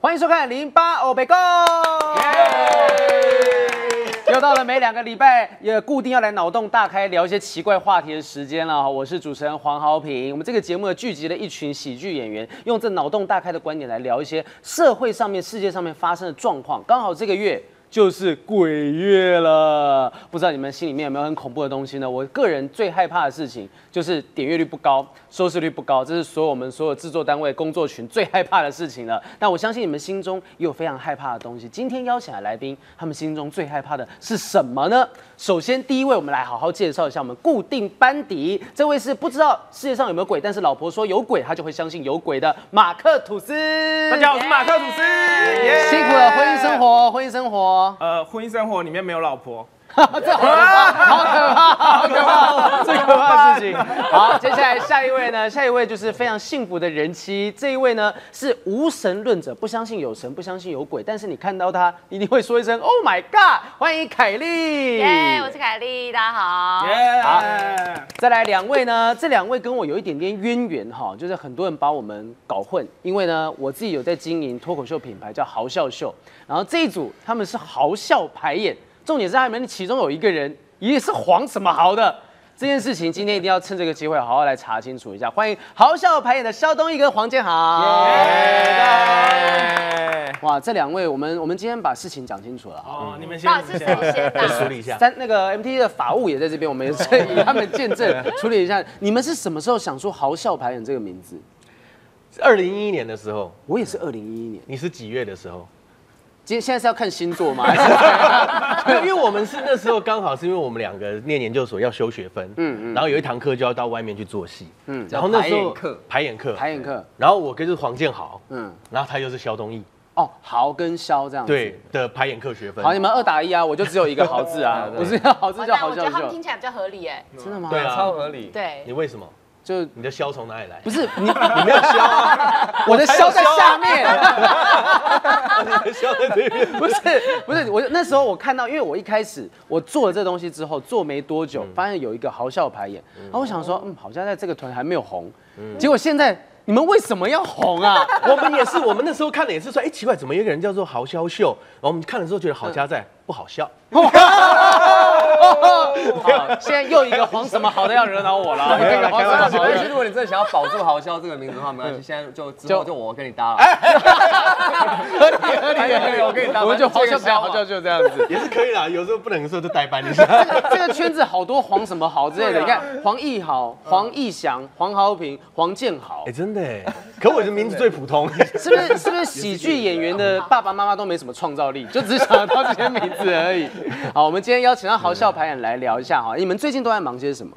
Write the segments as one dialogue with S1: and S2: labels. S1: 欢迎收看零八欧北共。又到了每两个礼拜也固定要来脑洞大开聊一些奇怪话题的时间了，我是主持人黄豪平。我们这个节目呢聚集了一群喜剧演员，用这脑洞大开的观点来聊一些社会上面、世界上面发生的状况。刚好这个月。就是鬼月了，不知道你们心里面有没有很恐怖的东西呢？我个人最害怕的事情就是点阅率不高，收视率不高，这是所有我们所有制作单位工作群最害怕的事情了。但我相信你们心中也有非常害怕的东西。今天邀请的来宾，他们心中最害怕的是什么呢？首先第一位，我们来好好介绍一下我们固定班底，这位是不知道世界上有没有鬼，但是老婆说有鬼，他就会相信有鬼的马克吐斯。
S2: 大家好，我是马克吐斯，耶
S1: 辛苦了，婚姻生。活，婚姻生活。
S2: 呃，婚姻生活里面没有老婆，
S1: 这好可怕，好可怕，好可怕，最可怕的事情。好，接下来下一位呢？下一位就是非常幸福的人妻，这一位呢是无神论者，不相信有神，不相信有鬼，但是你看到他，一定会说一声 “Oh my God”。欢迎凯莉，
S3: 耶我是凯莉，大家好。
S1: 好
S2: 耶！
S1: 再来两位呢，这两位跟我有一点点渊源哈，就是很多人把我们搞混，因为呢，我自己有在经营脱口秀品牌叫豪笑秀，然后这一组他们是豪笑排演，重点是他们其中有一个人也是黄什么豪的。这件事情今天一定要趁这个机会好好来查清楚一下。欢迎豪笑排演的肖东义跟黄建
S2: 哎
S1: 豪。哇，这两位，我们我们今天把事情讲清楚了啊。
S2: 哦，你们先，
S3: 到底是谁先
S4: 再梳
S3: 的？
S4: 理一下。
S1: 三那个 MT 的法务也在这边，我们也是 以他们见证 处理一下。你们是什么时候想出“豪笑排演”这个名字？
S4: 二零一一年的时候，
S1: 我也是二零一一年，
S4: 你是几月的时候？
S1: 今现在是要看星座 吗？还是怎样
S4: 对，因为我们是那时候刚好是因为我们两个念研究所要修学分，嗯嗯，然后有一堂课就要到外面去做戏，嗯，然后那时
S1: 叫排演
S4: 候
S1: 课
S4: 排演课，
S1: 排演课，
S4: 然后我跟就是黄建豪，
S1: 嗯，
S4: 然后他又是肖东义，
S1: 哦，豪跟肖这样子。
S4: 对的排演课学分，
S1: 好，你们二打一啊，我就只有一个豪字 啊，我是要豪字叫
S3: 但
S1: 豪
S3: 我觉
S1: 笑
S3: 得他们听
S1: 秀，
S3: 起来比较合理哎。
S1: 真的吗？
S4: 对啊，
S5: 超合理。
S4: 你
S3: 对，
S4: 为什么？
S1: 就
S4: 你的肖从哪里来
S1: 不？是你，你没有肖啊， 我的肖在下面。
S4: 你的肖在这边。
S1: 不是不是，我那时候我看到，因为我一开始我做了这东西之后，做没多久，
S5: 嗯
S1: 发现有一个豪笑排演，然后我想说，嗯，好像在这个团还没有红，
S5: 嗯
S1: 结果现在你们为什么要红 啊？
S4: 我们也是，我们那时候看了也是说，哎，奇怪，怎么有一个人叫做豪肖秀？然后我们看了之后觉得好加在不好笑，
S1: 好，哦现在又一个黄什么好的要惹恼我 了，又一个黄什么好
S5: 但是
S1: 的。
S5: 如果你真的想要保住豪肖这个名字的话，没关系，现在就之后就我跟你搭了。我跟你搭
S1: 我们就豪笑
S5: 这个笑
S1: 排
S5: 话
S1: 好笑就这样 子。
S4: 也是可以啦。有时候不能说就代班一下。
S1: 这个圈子好多黄什么豪之类的，你
S5: 啊
S1: 看黄义豪、黄义祥、黄豪平、黄建豪
S4: 哎、，真的哎，可我的名字最普通。
S1: 是不是是不是喜剧演员 的爸爸妈妈都没什么创造力，就只想得到这些名字而 已？好，我们今天邀请到豪笑排演来聊一下哈，你们最近都在忙些什么？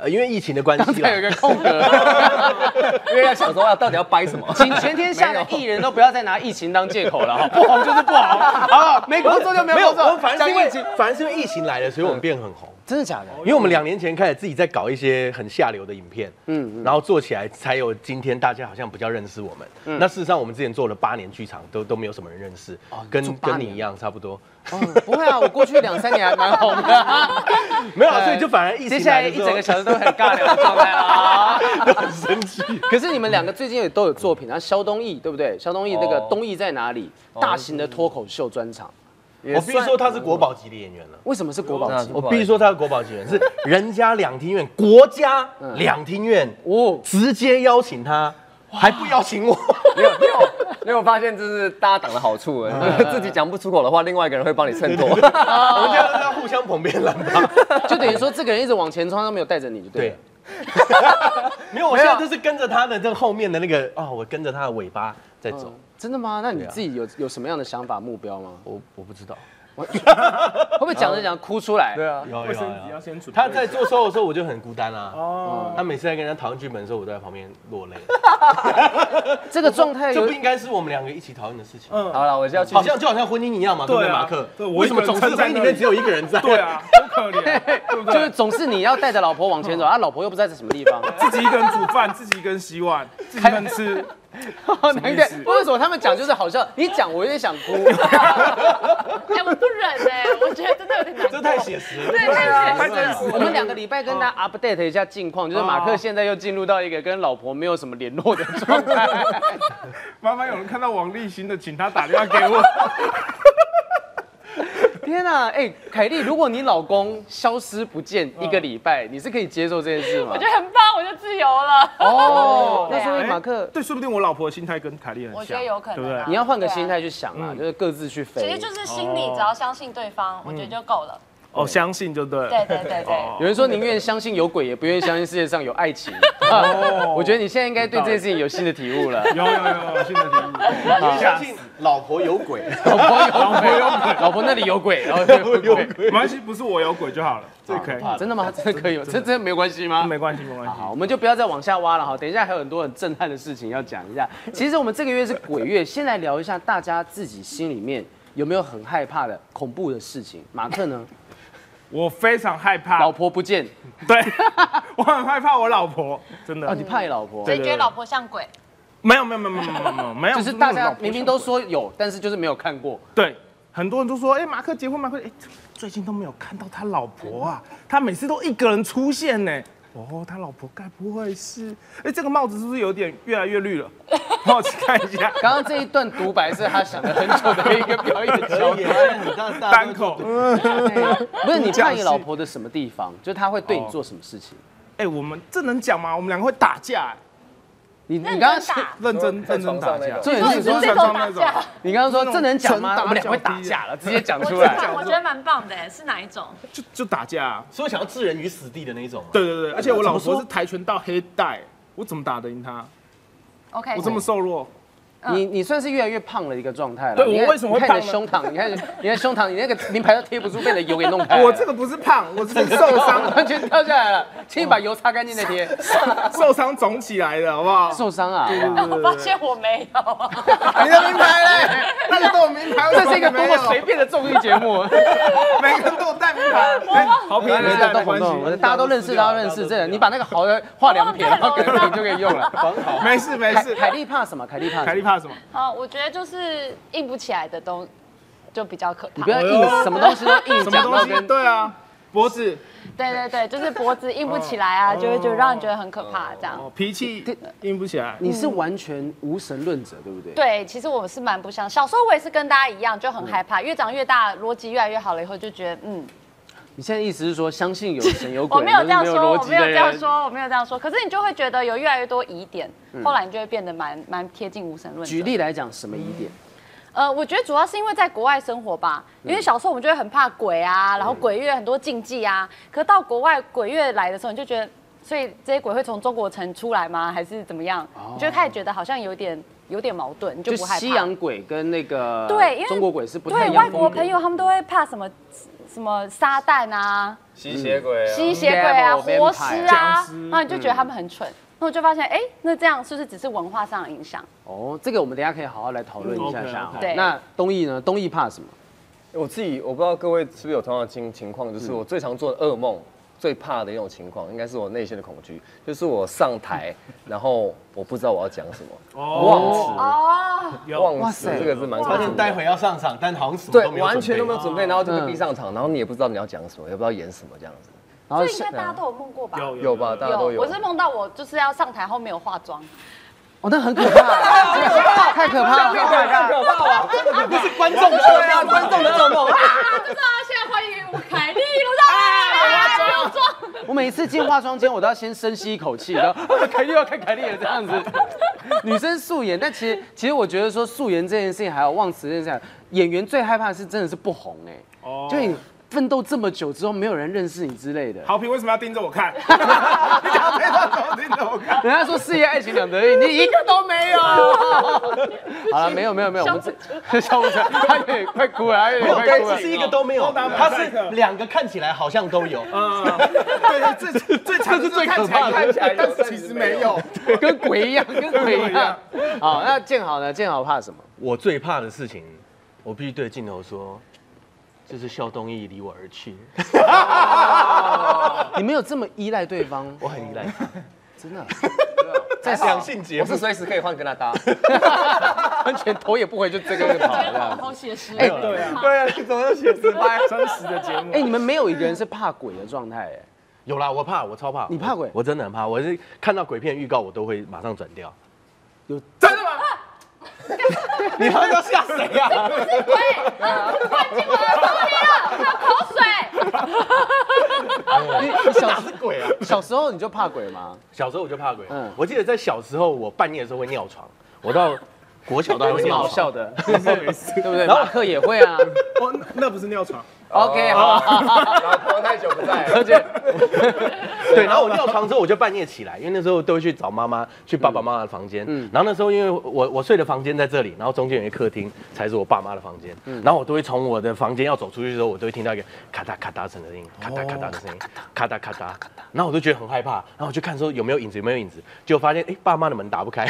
S4: 呃，因为疫情的关系啦
S1: 再有一，个空格，
S5: 因为要想说要到底要掰什么。
S1: 请全天下的艺人都不要再拿疫情当借口了哈，不红就是不红，好不好？没工作就没
S4: 没
S1: 有
S4: 有，我
S1: 工作
S4: 们，反正
S1: 讲
S4: 是因为
S1: 疫情，
S4: 反正是因为疫情来了，所以我们变很红。
S1: 真的假的？
S4: 因为我们两年前开始自己在搞一些很下流的影片，嗯，然后做起来才有今天大家好像比较认识我们。
S1: 嗯
S4: 那事实上我们之前做了八年剧场，都都没有什么人认识，
S1: 哦做
S4: 跟
S1: 八
S4: 跟
S1: 年
S4: 你一样差不多。
S1: 嗯不会啊，我过去两三年还蛮红的，
S4: 没有啊，所以就反而疫
S1: 接
S4: 情
S1: 下来
S4: 来
S1: 一整个小时都很尬 聊的状态啦。
S4: 都很生气。
S1: 可是你们两个最近也都有作品，然后肖东义对不对？肖东义那个
S5: 哦
S1: 东义在哪里？
S4: 哦
S1: 大型的脱口秀专场，
S4: 我必须说他是国宝级的演员了。
S1: 为什么是国宝
S5: 那
S1: 级？
S4: 我必须说他是国宝级演员，是人家两厅院，国家
S1: 嗯
S4: 两厅院
S1: 哦，
S4: 直接邀请他，还不邀请我。
S5: 你有你有 你有发现这是搭档的好处哎， 自己讲不出口的话，另外一个人会帮你衬托。
S4: 我们家都是要互相捧别人吧？
S1: 就等于说这个人一直往前冲，他都没有带着你，就对了
S4: 对。。没有，我现在就是跟着他的这后面的那个啊、我跟着他的尾巴在走。
S1: 嗯真的吗？那你自己有有什么样的想法目标吗？
S4: 我我不知道，
S1: 会不会讲着讲哭出来？
S5: 啊，
S4: 有
S2: 卫生纸要先准备。
S4: 他在做 show 的时候，我就很孤单啊。
S2: 哦，
S4: 他每次在跟人家讨论剧本的时候，我都在旁边落泪。
S1: 这个状态
S4: 这
S1: 有
S4: 不应该是我们两个一起讨论的事情。
S2: 嗯，
S5: 好了，我就要去
S4: 好。像就好像婚姻一样嘛，对不对，
S2: 对啊
S4: 马克？
S2: 对我
S4: 为
S2: 一
S4: 什
S2: 个
S4: 么
S2: 人
S4: 总是
S2: 撑在
S4: 婚姻里
S2: 那
S4: 面
S2: 里
S4: 只有一个人在？
S2: 对啊，好可怜，对不
S1: 就是
S2: 对？
S1: 总是你要带着老婆往前走，啊，老婆又不知道在什么地方。
S2: 自己一个人煮饭，自己一个人洗碗，自己一个人吃，
S1: 难怪为什么他们讲就是好笑，你讲我有点想哭。
S3: 哎，我不忍哎，我觉得真的有点难过。
S4: 这太写实了。
S3: 对，太
S2: 太
S3: 真
S2: 真
S3: 实
S2: 实
S3: 了。
S1: 我们两个礼拜跟大家 update 一下近况，就是马克现在又进入到一个跟老婆没有什么联络的状态。
S2: 麻烦有人看到王立新的，请他打电话给我。
S1: 天呐、啊，哎、凯莉，如果你老公消失不见一个礼拜，你是可以接受这件事吗？
S3: 我觉得很棒，我就自由了。
S1: 哦，那
S3: 对啊
S1: 所以马克，
S2: 对，说不定我老婆的心态跟凯莉很像，
S3: 我觉得有可能啊
S2: 对不对？
S1: 你要换个心态去想啊，就是各自去飞。
S3: 其实就是心
S1: 哦
S3: 里只要相信对
S1: 嗯
S3: 方，我觉得就够了。
S2: 哦，相信就对了。
S3: 对对对对。
S1: 有人说宁愿相信有鬼，也不愿意相信世界上有爱 情。
S2: 哦
S1: 我觉得你现在应该对这件事情有新的体悟了。
S2: 有有有有新的题目。
S4: 你相信老婆有鬼，
S1: 老婆有鬼，老婆那里有 鬼，然后有鬼。
S2: 没关系，不是我有鬼就好了。OK，
S1: 真的 吗？真的可以吗？这真的没关系吗？
S2: 没关系，没关系。
S1: 好，我们就不要再往下挖了哈。等一下还有很多很震撼的事情要讲一下。其实我们这个月是鬼月，先来聊一下大家自己心里面有没有很害怕的恐怖的事情。马克呢？
S2: 我非常害怕
S1: 老，婆不见
S2: 对，我很害怕我老婆，真
S1: 啊？
S2: 的
S1: 你。怕你老婆
S3: 所？以
S2: 对对
S3: 觉得老婆像鬼，
S2: 没有没有没有没有没有没有没有，
S1: 就是大家明明都说有，但是就是没有看过。
S2: 对，很多人都说，哎，马克结婚，马克，哎，最近都没有看到他老婆啊，他每次都一个人出现呢。哦，他老婆该不会是？哎，这个帽子是不是有点越来越绿 了？帮我去看一下。
S1: 刚刚这一段独白是他想了很久的一个表演桥
S4: 可以，
S1: 段。
S4: 很大大家都
S2: 单口，
S1: 不是你怕你老婆的什么地方？就是她会对你做什么事情？
S2: 哎，我们这能讲吗？我们两个会打架，
S1: 你你
S3: 认
S1: 刚刚
S3: 真
S1: 是
S3: 打，
S2: 认真
S5: 在
S2: 认真
S5: 床
S2: 打
S5: 上那
S2: 架
S5: 种。
S1: 重点是说
S2: 床上那种，
S1: 你刚刚说这能讲
S2: 真
S1: 吗？
S2: 打
S1: 我们俩会
S2: 脚
S1: 打啊
S2: 踢啊
S1: 架了，直接讲
S3: 我
S1: 出
S3: 知
S1: 来。
S3: 道，我觉得蛮棒的。是哪一种？
S2: 就就打架啊。
S4: 所以想要置人于死地的那一种嘛。
S2: 对对对，而且我老
S4: 怎
S2: 婆
S4: 么说
S2: 是跆拳道黑带，我怎么打得赢她？
S3: OK，
S1: 哎
S2: 我这么瘦弱，
S1: 你你算是越来越胖了一个状态了。
S2: 对我
S1: 你看
S2: 为什么会
S1: 你看你的胸
S2: 胖
S1: 膛，你 看你的胸膛，你那个名牌都贴不住，被你的油给弄开了。
S2: 哦我这个不是胖，我是受伤，
S1: 完全掉下来了，请你把油擦干净再贴。
S2: 受伤肿起来的，好不 好？
S1: 受伤啊！
S3: 我发现我没有 啊，
S2: 你的名 牌嘞，那个都有名牌，为什
S1: 这
S2: 么
S1: 是一个
S2: 没
S1: 多
S2: 有
S1: 么随，便的综艺节目。
S2: 每个都有带名牌，哎好评没带没关系，
S1: 大家都认识，大家都认识，真的。你把那个好的画两撇，然后可能你就可以用了。
S2: 没事没
S1: 凯
S2: 事。
S1: 凯莉怕什么？凯莉怕
S2: 凯
S1: 什
S2: 莉
S1: 么？
S2: 怕什么？
S3: 好哦我觉得就是硬不起来的都就比较可
S1: 你
S3: 怕
S1: 不。要
S3: 哎
S1: 硬，什么东西都 硬
S2: 什么
S1: 讲
S2: 东
S1: 到
S2: 西？
S1: 跟
S2: 对啊，脖子
S3: 对对对，就是脖子硬不起来
S1: 哦
S3: 啊，就会觉得让人觉得很可怕这样。
S2: 哦，脾气硬不起来。
S1: 你是完全无神论者，对不对？
S3: 对，其实我是蛮不像，小时候我也是跟大家一样，
S1: 嗯
S3: 就很害怕。越长越大，逻辑越来越好了以后，就觉得嗯，
S1: 你现在意思是说相信有神有鬼，
S3: 我没有这样
S1: 你
S3: 说，
S1: 是没有
S3: 我
S1: 逻辑
S3: 没有
S1: 的
S3: 这样
S1: 人。
S3: 说，我没有这样说。可是你就会觉得有越来越多疑点，后来你就会变得蛮蛮贴近无神论
S1: 嗯
S3: 者。
S1: 举例来讲，什么疑点？
S3: 呃，我觉得主要是因为在国外生活吧，因
S1: 嗯
S3: 为小时候我们就会很怕鬼啊，然后鬼月很多禁忌啊。可到国外鬼月来的时候，你就觉得，所以这些鬼会从中国城出来吗？还是怎么样？你就开始觉得好像有点有点矛盾，你就
S1: 哦就
S3: 不害怕。
S1: 西洋鬼跟那个
S3: 对，因为
S1: 中国鬼是不太
S3: 对
S1: 一样的
S3: 外国
S1: 风格
S3: 朋友他们都会怕什么什么撒旦啊、
S5: 吸血鬼啊，
S3: 吸血鬼啊、
S1: Devil，
S3: 活尸
S1: vampire
S3: 啊
S2: 僵，尸
S3: 然后你就觉得他们很蠢。那我就发现，哎，那这样是不是只是文化上的影响？
S1: 哦，这个我们等一下可以好好来讨论一下下哦。
S2: 嗯，OK，OK
S3: 对
S1: 那东艺呢？东艺怕什么？
S5: 我自己我不知道各位是不是有同样的情情况，就是我最常做的噩梦。最怕的一种情况，应该是我内心的恐惧，就是我上台，然后我不知道我要讲什么，忘
S3: 哦，
S5: 词，忘
S1: 哇
S5: 词，
S1: 塞
S5: 这个是蛮恐
S4: 发
S5: 怖
S4: 现
S5: 的
S4: 待会要上场，但好像什么
S5: 对
S4: 都没，有准备，
S5: 完全都没有准备，然后就被
S1: 嗯
S5: 逼上场，然后你也不知道你要讲什么，也不知道演什么这样子，
S1: 然
S3: 这应
S1: 是
S3: 该大家都有梦过吧？
S2: 有
S5: 有吧？大家都有。
S3: 我是梦到我就是要上台后没有化妆，
S1: 哦，那很可怕，这个 太可怕了。
S5: 可怕啊！
S4: 不是观众的噩梦，观众的噩梦。
S3: 啊，就是啊，现在欢迎我凯莉，我说啊，不用妆，
S1: 我每一次进化妆间，我都要先深吸一口气，然后 哦凯莉要看凯莉了这样子。 女生素颜，但其实其实我觉得说素颜这件事情，还有忘词这件事情，演员最害怕的是真的是不红哎、
S2: 哦
S1: 就你奋斗这么久之后，没有人认识你之类的。
S2: 好评为什么要盯着 我看？你讲这段怎么盯着我看？
S1: 人家说事业爱情两得意，你一个都没有。好了，没有没有没有，我们这笑不出来，他有点快哭了，他有点
S4: 没有
S1: 快
S4: 对，
S1: 哭
S4: 这
S1: 了。
S4: 是一个都没有，它是两个看起来好像都有，
S2: 对对，最最常
S4: 这是最可怕的
S2: 看起来看起来有，但是其实没有。
S1: 跟鬼一样，跟鬼一
S2: 一样
S1: 样。好，那建豪呢？建豪怕什么？
S4: 我最怕的事情，我必须对镜头说，就是肖东义离我而去，
S1: 你们有这么依赖对方？
S4: 我很依赖他。啊
S1: 真的？
S5: 还好
S4: 两性节目
S5: 我是随时可以换跟他搭。
S1: 完全头也不回就这个就跑了这样。
S3: 好写实。
S1: 哎
S2: 对啊，
S5: 对啊，你怎么要写自拍？
S2: 真实的节
S1: 啊
S2: 目。
S1: 哎，你们没有一个人是怕鬼的状态哎。
S4: 有啦，我怕，我超怕。
S1: 你怕鬼
S4: 我？我真的很怕，我是看到鬼片预告，我都会马上转掉。
S2: 真的吗？
S4: 你怕要吓谁呀？
S3: 口水，
S4: 啊
S1: 你你小
S4: 哪
S1: 时
S4: 是鬼啊？
S1: 小时候你就怕鬼吗？
S4: 小时候我就怕鬼。
S1: 嗯
S4: 我记得在小时候，我半夜的时候会尿床，我到国小都还
S1: 有
S4: 会
S1: 什么
S4: 尿
S1: 好
S4: 床。
S1: 笑 的？
S2: 不是 没事
S1: 对不对？马克也会啊。
S2: 哦，那那不是尿床，
S4: 哦
S1: OK，好好，好好
S5: 老婆太久不在了，
S1: 而且
S4: 对，然后我尿床之后，我就半夜起来，因为那时候都会去找妈妈，去爸爸妈妈的房间。嗯，然后那时候因为我我睡的房间在这里，然后中间有一客厅才是我爸妈的房间。然后我都会从我的房间要走出去的时候，我都会听到一个咔嗒咔嗒声的声音，咔嗒咔嗒的声音，哦咔嗒咔嗒咔嗒。然后我就觉得很害怕，然后我就看说有没有影子，有没有影子，结果发现哎，爸妈的门打不开，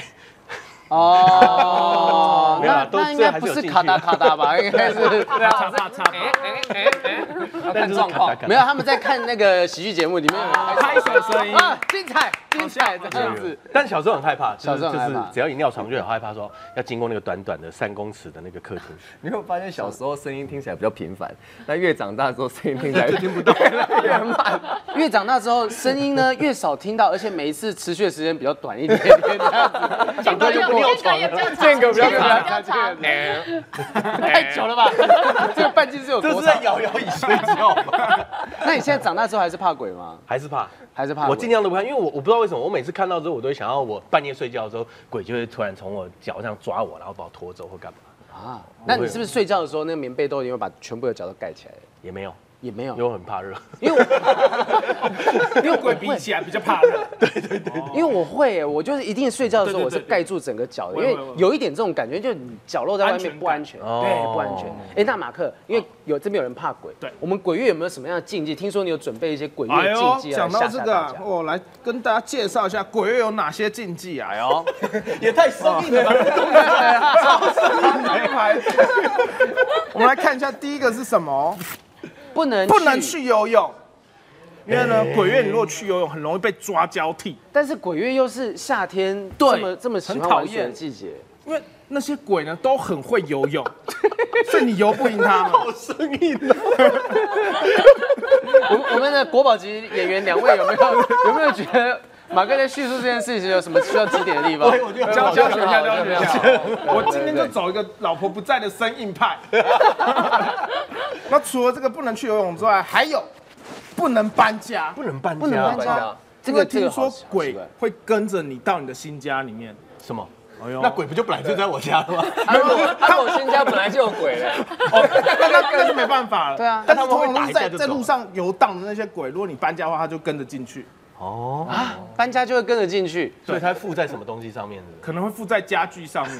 S1: 哦，
S4: 没有
S1: 那
S4: 啦都
S1: 那应
S4: 这
S1: 该
S4: 还
S1: 不
S4: 是有
S1: 是
S4: 进去
S1: 咔嗒咔嗒 吧？应该是哎
S2: 对啊，擦擦擦，
S5: 要
S4: 但
S5: 看
S4: 就是咔
S5: 状
S4: 嗒
S5: 况。
S4: 咔嗒。
S1: 没有，他们在看那个喜剧节目里面 有
S2: 拍手声 音，
S1: 啊，精彩精彩这样子。
S4: 但小时候很害怕，就
S1: 小
S4: 是
S1: 时候
S4: 就
S1: 很害
S4: 是
S1: 怕
S4: 只要一尿床就很害怕，说要经过那个短短的三公尺的那个客厅。
S5: 你会发现小时候声音听起来比较频繁，但越长大之后声音听起来听不到，越慢。
S1: 越长大之后，声音呢越少听到，而且每一次持续的时间比较短一点点，这样子
S4: 长大就不尿
S3: 间隔
S4: 床
S3: 也
S4: 了
S3: 比。较长，
S5: 间隔比较
S3: 间
S5: 长
S3: 比较长。
S2: 哎
S1: 太久了吧？ 这个半径是有
S4: 这
S1: 多
S4: 是在
S1: 长？
S4: 摇摇椅睡觉吗？
S1: 那你现在长大之后还是怕鬼吗？
S4: 还是怕？
S1: 还是怕 鬼
S4: 我尽量都不看，因为我我不知道为什么，我每次看到之后，我都会想要我半夜睡觉的时候，鬼就会突然从我脚上抓我，然后把我拖走或干嘛，
S1: 啊？那你是不是睡觉的时候那个棉被都已经把全部的角都盖起来了？
S4: 也没有，
S1: 也 没有
S4: 因为，我很怕热。
S1: 因为我因为
S2: 哎鬼
S1: 我
S2: 比
S1: 会，
S2: 起来比较怕热。
S1: 因为我会耶，我就是一定睡觉的时候
S2: 对对
S1: 我是
S2: 对对
S1: 盖住整个脚的，因
S2: 我也
S1: 为
S2: 会我也会
S1: 有一点这种感觉，就你脚露在外面不安全，
S4: 安全感
S1: 对，
S4: 哦
S1: 不安全。哎，那马克，因为有这边有人怕鬼，
S2: 对
S1: 我们鬼月有没有什么样的禁忌？听说你有准备一些鬼月
S2: 哎
S1: 的
S2: 呦
S1: 禁，忌来
S2: 讲到
S1: 吓
S2: 这
S1: 吓
S2: 个
S1: 大
S2: 啊
S1: 家，？
S2: 我来跟大家介绍一下鬼月有哪些禁忌啊？哎呦，哦
S4: 也太生硬了吧！
S2: 我们来看一下，第一个是什么哦？
S1: 不能
S2: 不能，去游泳，因为呢，鬼月你如果去游泳，很容易被抓交替，
S1: 但是鬼月又是夏天这么这么喜欢
S2: 很讨
S1: 玩水的
S2: 厌
S1: 季节。
S2: 因为那些鬼呢都很会游泳，所以你游不赢他们。
S4: 好生硬的，
S1: 我们我们的国宝级演员两位有没有 有没有觉得马哥在叙述这件事情有什么需要指点的地方？
S4: 我觉得
S2: 教教学一下，
S1: 好
S2: 教学一下
S1: 好。
S2: 我今天就走一个老婆不在的生硬派。那除了这个不能去游泳之外，还有不能搬家，
S4: 不能啊搬
S1: 不能
S4: 家
S1: 搬，家，这
S2: 因
S1: 个这个
S2: 为听
S1: 好
S2: 说
S1: 奇
S2: 鬼
S1: 怪
S2: 会跟着你到你的新家里面。
S4: 什么？
S2: 哎呦
S4: 那鬼不就本来就在我家了 吗？
S5: 韩国韩国新家本来就有鬼了，
S2: 哦，那那那就没办法了。
S1: 对啊
S2: 但是通常
S4: 但他们会打
S2: 是
S4: 一架
S2: 在
S4: 就
S2: 在
S4: 走
S2: 路上游荡的那些鬼，如果你搬家的话，他就跟着进去，
S4: 哦，
S1: 啊，搬家就会跟着进去。
S4: 所以它附在什么东西上面的？
S2: 可能会附在家具上面。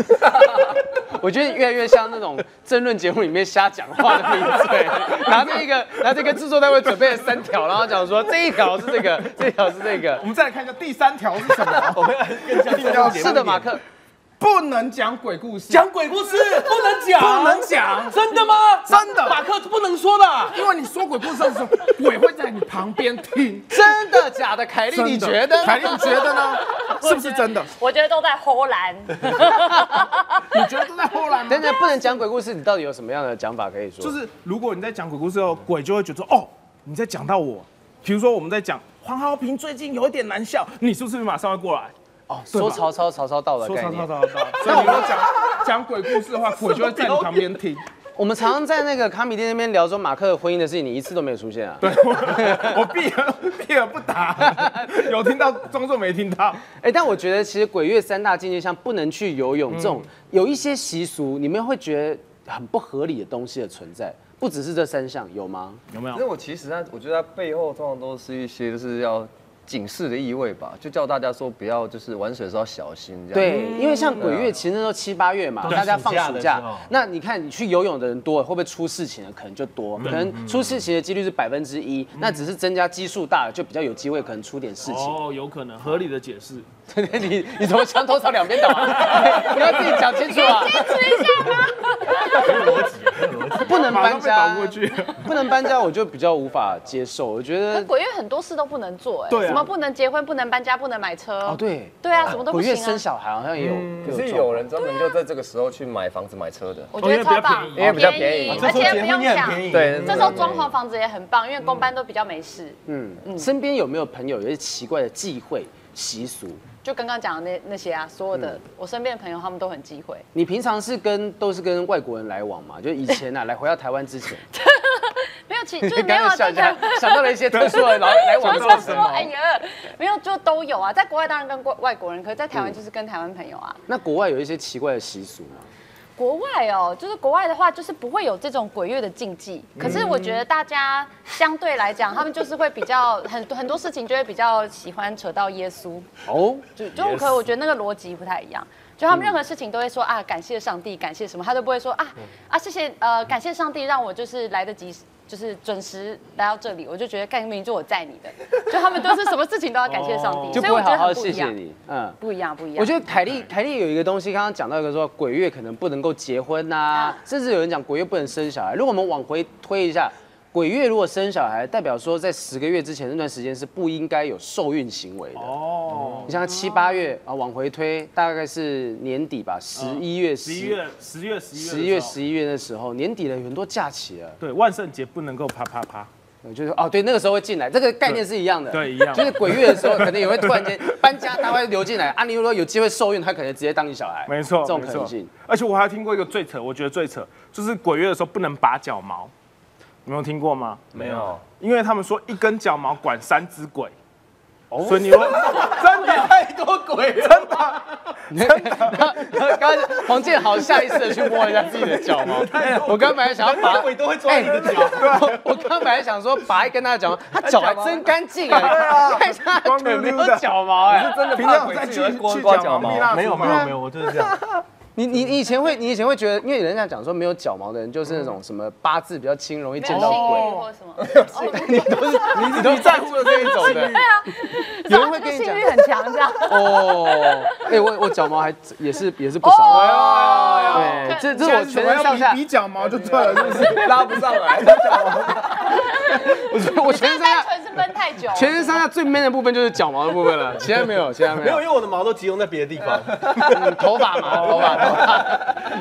S1: 我觉得越来越像那种争论节目里面瞎讲话的名嘴，拿着一个拿着一个制作单位准备了三条，然后讲说这一条是这个，这一条是这个
S2: 我。们再来看一下第三条是什么，
S4: 我们来更加进入节目
S1: 哦是的，马克，
S2: 不能讲鬼故事，
S4: 讲鬼故事不能讲，
S2: 不能讲，
S4: 真的吗？
S2: 真的
S4: 马克不能说的啊。
S2: 因为你说鬼故事的时候，鬼会在你旁边听。
S1: 真的假的？凯莉，你
S2: 真的
S1: 觉得？
S2: 凯莉，你觉得呢？ 是不是真的？
S3: 我觉得都在偷懒。
S2: 你觉得都在后来吗？
S1: 等等，不能讲鬼故事，你到底有什么样的讲法可以说？
S2: 哦啊就是如果你在讲鬼故事后，鬼就会觉得说哦，你在讲到我。比如说我们在讲黄豪平最近有一点难笑，你是不是马上会过来？
S1: 哦，
S2: 对吧
S1: 说曹操，曹操到了
S2: 说
S1: 概
S2: 曹
S1: 念
S2: 操。曹操，所以你们讲讲鬼故事的话，鬼就会在你旁边听。
S1: 我们常常在那个卡米店那边聊说马克的婚姻的事情，你一次都没有出现啊。
S2: 对，我我 避而避而不答，有听到装作没听到。
S1: 哎，但我觉得其实鬼月三大禁忌，像不能去游泳这
S2: 嗯
S1: 种，有一些习俗，你们会觉得很不合理的东西的存在，不只是这三项，有吗？
S2: 有没
S5: 可是？我其实它，我觉得它背后通常都是一些就是要警示的意味吧，就叫大家说不要就是玩水的时候要小心这样。
S1: 对，因为像
S2: 嗯
S1: 鬼月，其实那时候七八月嘛，
S4: 对
S1: 大家放
S4: 暑假
S1: 暑
S4: 的
S1: 假
S4: 时候，
S1: 那你看你去游泳的人多，会不会出事情的可能就多，
S2: 嗯
S1: 可能出事情的几率是百分之一，那只是增加基数大了，就比较有机会可能出点事情。
S2: 哦，有可能合理的解释。
S1: 你你怎么墙头草两边 倒、啊？你要自己讲清楚啊！
S3: 吃一下吗？
S1: 不能
S2: 马
S1: 搬
S2: 上被
S1: 家
S2: 倒过去。
S1: 不能搬家我就比较无法接受，我觉
S3: 可
S1: 得
S3: 鬼月很多事都不能做，哎，
S2: 对啊
S3: 什么不能结婚，不能搬家，不能买车。
S1: 哦，对
S3: 对啊，什么都不
S1: 鬼月
S3: 行
S1: 生
S3: 啊。
S1: 小孩好像也有，
S2: 嗯
S5: 可
S1: 也
S5: 是
S1: 状况
S5: 有人专门就在这个时候去买房子买车的，
S3: 我觉得超棒，
S2: 哦
S5: 因为比较便宜
S3: 而且不用想。
S4: 便宜
S5: 对，
S3: 这时候装潢房子也很棒，因为公班都比较没事。
S1: 嗯嗯，身边有没有朋友有一些奇怪的忌讳习俗？
S3: 就刚刚讲的那那些啊，所有的、我身边的朋友他们都很忌讳。
S1: 你平常是跟都是跟外国人来往嘛？就以前 啊，来回到台湾之前，
S3: 没有，其
S1: 你
S3: 就是 没
S1: 刚
S3: 有啊
S1: 刚
S3: 这
S1: 想
S3: 个
S1: 想。想到了一些特殊的来来往
S3: 我
S1: 的
S3: 就
S1: 状
S3: 说，
S1: 况。
S3: 哎呀，没有，就都有啊。在国外当然跟国外国人，可是在台湾就是跟台湾朋友啊。
S1: 那国外有一些奇怪的习俗吗？
S3: 国外哦，就是国外的话，就是不会有这种鬼月的禁忌。
S1: 嗯
S3: 可是我觉得大家相对来讲，他们就是会比较很很多事情就会比较喜欢扯到耶稣。
S1: 哦，
S3: 就就可能我觉得那个逻辑不太一样。就他们任何事情都会说啊，感谢上帝，感谢什么，他都不会说啊
S1: 嗯
S3: 啊，谢谢呃，感谢上帝让我就是来得及，就是准时来到这里。我就觉得干明明就我在你的，就他们都是什么事情都要感谢上帝，
S1: 哦就
S3: 所
S1: 不
S3: 以我
S1: 会
S3: 觉得
S1: 好好
S3: 很不
S1: 谢
S3: 一
S1: 谢
S3: 样，
S1: 你，嗯。
S3: 不一样，不一样。
S1: 我觉得凯莉，凯莉有一个东西，刚刚讲到一个说鬼月可能不能够结婚呐、
S3: 啊
S1: 甚至有人讲鬼月不能生小孩。如果我们往回推一下，鬼月如果生小孩，代表说在十个月之前那段时间是不应该有受孕行为的。
S2: 哦，
S1: 你像七八月啊，往回推，大概是年底吧，十一月、
S2: 十一月、十月、十一月、
S1: 嗯十一月、十一月的时候，年底了有很多假期了，
S2: 对，万圣节不能够啪啪啪。
S1: 我就是哦，对，那个时候会进来，这个概念是一样的，
S2: 对对一样
S1: 就是鬼月的时候，可能也会突然间 搬家，他会流进来啊。你如果有机会受孕，他可能直接当你小孩，
S2: 没错，
S1: 这种
S2: 没
S1: 可
S2: 错
S1: 能性。。
S2: 而且我还听过一个最扯，我觉得最扯就是鬼月的时候不能拔脚毛，你们有听过吗？
S5: 没有，
S2: 因为他们说一根脚毛管三只鬼，
S1: 哦
S2: 所以 你会真的
S1: 太多鬼了，真
S4: 哎
S1: 的。刚刚黄健豪下意识的去摸一下自己的脚毛，我刚本来想要拔，
S4: 鬼都会抓你的脚。
S1: 我我刚本来想说拔一根他的脚毛，他脚还真干净 啊，看一下他腿没有脚毛哎。
S5: 真的
S2: 平常
S5: 怕
S2: 我
S5: 鬼
S2: 在
S5: 自
S2: 去
S5: 己会刮
S2: 去
S5: 刮
S2: 脚
S5: 脚
S2: 毛
S5: 毛
S2: 蜜蜡烛
S4: 没有
S2: 吗
S4: 没有没有，我就是这样。
S1: 你你你以前会，你以前会觉得，因为人家讲说没有脚毛的人就是那种什么八字比较轻，容易见
S3: 没
S1: 到
S3: 有幸
S1: 鬼。
S3: 运或 什么，
S1: 你都是哦你你都在乎的这一 种的，有人会
S3: 这个
S1: 跟你
S3: 幸
S1: 讲
S3: 运哦很强这样。
S1: 哦，哎，我我脚毛还也是也
S3: 哦哎
S1: 是不少啊的，对，这这是我全身上下，
S2: 比脚毛就对了，是不是？
S5: 拉不上来，
S1: 我觉得 我全身上
S3: 单
S1: 下
S3: 纯是闷太久，
S1: 全身上下最 man 的部分就是脚毛的部分了， 其他没有，其他没
S4: 没有，
S1: 有，
S4: 因为我的毛都集中在别的地 方。
S1: 嗯头发 嘛，头发头发，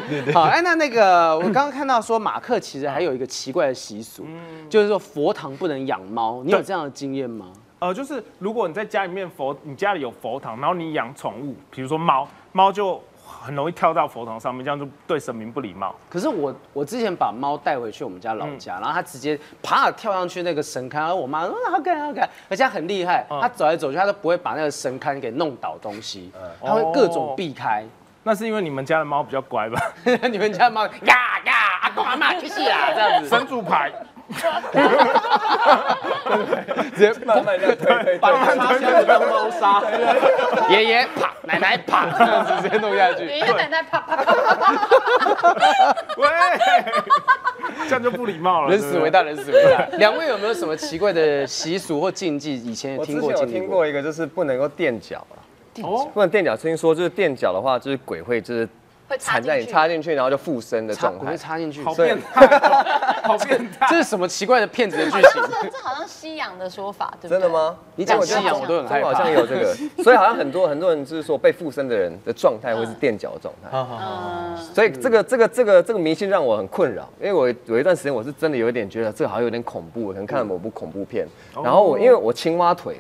S1: 对 对。好，哎，那那个我刚刚看到说马克其实还有一个奇怪的习俗，就是说佛堂不能养猫，你有这样的经验吗？
S2: 呃，就是如果你在家里面佛，你家里有佛堂，然后你养宠物，比如说猫，猫就很容易跳到佛堂上面，这样就对神明不礼貌。
S1: 可是我我之前把猫带回去我们家老
S5: 嗯
S1: 家，然后它直接啪跳上去那个神龛，然后我妈说、嗯、好可爱好可爱，而且它很厉害，
S5: 嗯
S1: 它走来走去它都不会把那个神龛给弄倒东西，
S5: 嗯
S1: 它会各种避开。
S2: 那是因为你们家的猫比较乖吧？
S5: 哦
S1: 你们家猫呀呀，阿公阿妈去世啦，这样子
S2: 神主牌，
S1: 直接
S5: 慢慢这样推推推。
S4: 他现在当猫砂，
S1: 爷爷啪，奶奶啪，这样子直接弄下去。
S3: 爷爷奶奶啪啪啪，
S2: 喂，这样就不礼貌了。
S1: 人死为大，人死为大。两位有没有什么奇怪的习俗或禁忌？以前也
S5: 我
S1: 听
S5: 之
S1: 过
S5: 前有
S1: 经历
S5: 听
S1: 过。
S5: 过一个，就是不能够垫脚啊，
S2: 对不对哦，
S5: 不能垫脚。听说就是垫脚的话，就是鬼会就是
S3: 会插
S5: 缠在
S3: 进
S5: 你
S3: 去。
S5: 插进去，然后就附身的
S1: 插
S5: 状
S1: 我
S5: 态
S1: 会。插进去，
S2: 好
S1: 所以
S2: 变态哦，好变态。
S1: 这是什么奇怪的骗子的剧情？
S3: 这这好像西洋的说法，对不对？
S5: 真的？吗？
S1: 你讲
S5: 我
S1: 西
S5: 觉得
S1: 洋我都很害
S5: 中国
S1: 怕。
S5: 好像有这 个，所以好像很多很多人就是说被附身的人的状态会是垫脚的状态。
S3: 嗯，
S5: 所以这个这个这个这个迷信让我很困扰，因为我有一段时间我是真的有一点觉得这个好像有点恐怖，可能看了某部恐怖片，然后我因为我青蛙腿。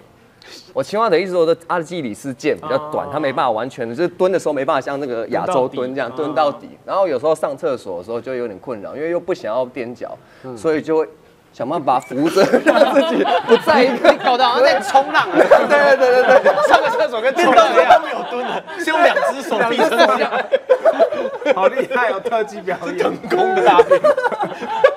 S5: 我青蛙腿一直都的阿基里斯腱比较短，它没办法完全的，就是蹲的时候没办法像那个亚洲哦蹲这样
S2: 蹲
S5: 蹲
S2: 到
S5: 到底。嗯然后有时候上厕所的时候就有点困扰，因为又不想要踮脚，所以就会想办法扶着， 让自己不在一个
S1: 你搞得好像在冲浪，
S5: 对对对对对，
S1: 上个厕所跟冲浪一
S4: 当时
S1: 样。
S4: 他们有蹲了，是用两只手臂撑的，
S2: 好厉害哦，特技表演。
S4: 空的大便。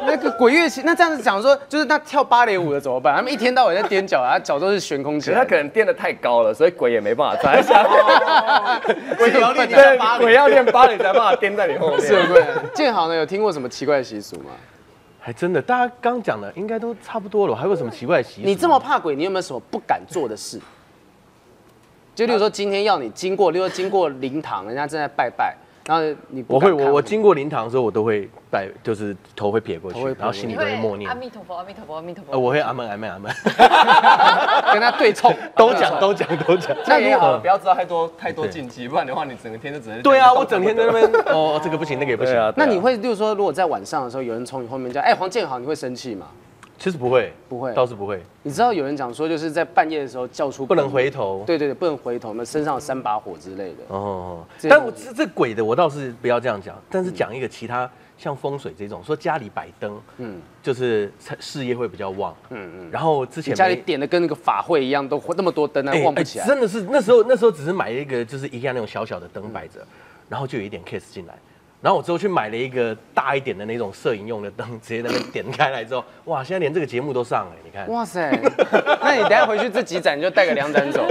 S1: 那个鬼乐器，那这样子讲说，就是那跳芭蕾舞的怎么办？他们一天到晚在踮脚，然后 脚都是悬空起
S5: 可是他
S1: 来
S5: 可
S1: 的。
S5: 能垫的太高了，所以鬼也没办法站下来。
S4: 鬼要练
S5: 对
S4: 芭，蕾
S5: 鬼要练芭蕾才办法垫在你后面。
S1: 是有贵人。建豪呢，有听过什么奇怪的习俗吗？
S4: 还哎真的，大家刚讲的应该都差不多了，还有什么奇怪的习俗？
S1: 你这么怕鬼，你有没有什么不敢做的事？就例如说，今天要你经过，例如说经过灵堂，人家正在拜拜，然后你不
S4: 我会
S1: 敢看
S4: 我我经过灵堂的时候，我都会带，就是头会撇过去
S1: 头会，撇过
S4: 然后
S1: 去
S4: 心里
S3: 你
S4: 都会默
S3: 会阿
S4: 念。
S3: 弥陀佛，阿弥陀佛，阿弥陀
S4: 呃，
S3: 佛。
S4: 我会阿门阿门阿 门，
S1: 跟他对冲，
S4: 都讲都讲都讲。
S1: 那
S5: 那
S1: 如
S5: 也好了，
S1: 果
S5: 不要知道太多太多禁忌，不然的话你整个天就只能
S4: 对啊，我整天在那边哦，这个不行，那个也不
S5: 对啊
S4: 行。
S1: 那你会，例如说，如果在晚上的时候有人从你后面叫，哎，黄建豪，你会生气吗？
S4: 其实不会，
S1: 不会
S4: 倒是不会，
S1: 你知道有人讲说，就是在半夜的时候叫出
S4: 不能回头。
S1: 对对对，不能回头，那身上有三把火之类的。
S4: 哦，
S1: 这
S4: 但我这这鬼的我倒是不要这样讲，但是讲一个其他像风水这种，说家里摆灯，
S1: 嗯
S4: 嗯，就是财事业会比较旺，
S1: 嗯
S4: 嗯嗯。然后之
S1: 你
S4: 前
S1: 家里
S4: 没
S1: 点的跟那个法会一样，都那么多灯啊，
S4: 哎
S1: 旺不
S4: 哎
S1: 起来。
S4: 真的是那时候那时候只是买了一个就是一样那种小小的
S1: 嗯
S4: 灯摆着，然后就有一点 case 进来。然后我之后去买了一个大一点的那种摄影用的灯，直接那个点开来之后，哇！现在连这个节目都上了，你看
S1: 哇塞， 那你等一下回去这几盏你就带个两盏 走，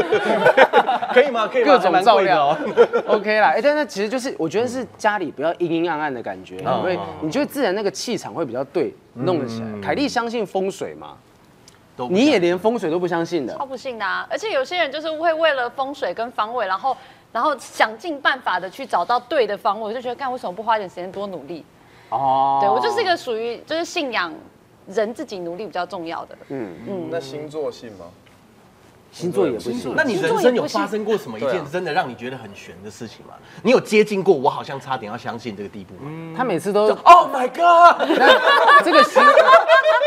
S4: 可以吗？可以吗？
S1: 各
S4: 还
S1: 种
S4: 蛮
S1: 照
S4: 贵的
S1: 亮
S4: 哦。
S1: ，OK 啦。哎、但那其实就是我觉得是家里不要阴阴暗暗的感觉，
S4: 嗯
S1: 因为你觉得自然那个气场会比较对，弄得起来。凯莉相信风水吗？
S4: 都不
S1: 你也
S4: 像
S1: 连风水都不相信的
S3: 超，不信的、啊，而且有些人就是会为了风水跟方位，然后然后想尽办法的去找到对的方位，我就觉得干为什么不花点时间多努力？
S1: 哦，
S3: 对我就是一个属于就是信仰人自己努力比较重要的。
S5: 嗯那星座信吗？
S1: 星座也不信，
S4: 那你人生有发生过什么一
S5: 对啊
S4: 件真的让你觉得很悬的事情吗？你有接近过我好像差点要相信这个地步吗
S1: 他每次都
S4: ？Oh my god！
S1: 那这个星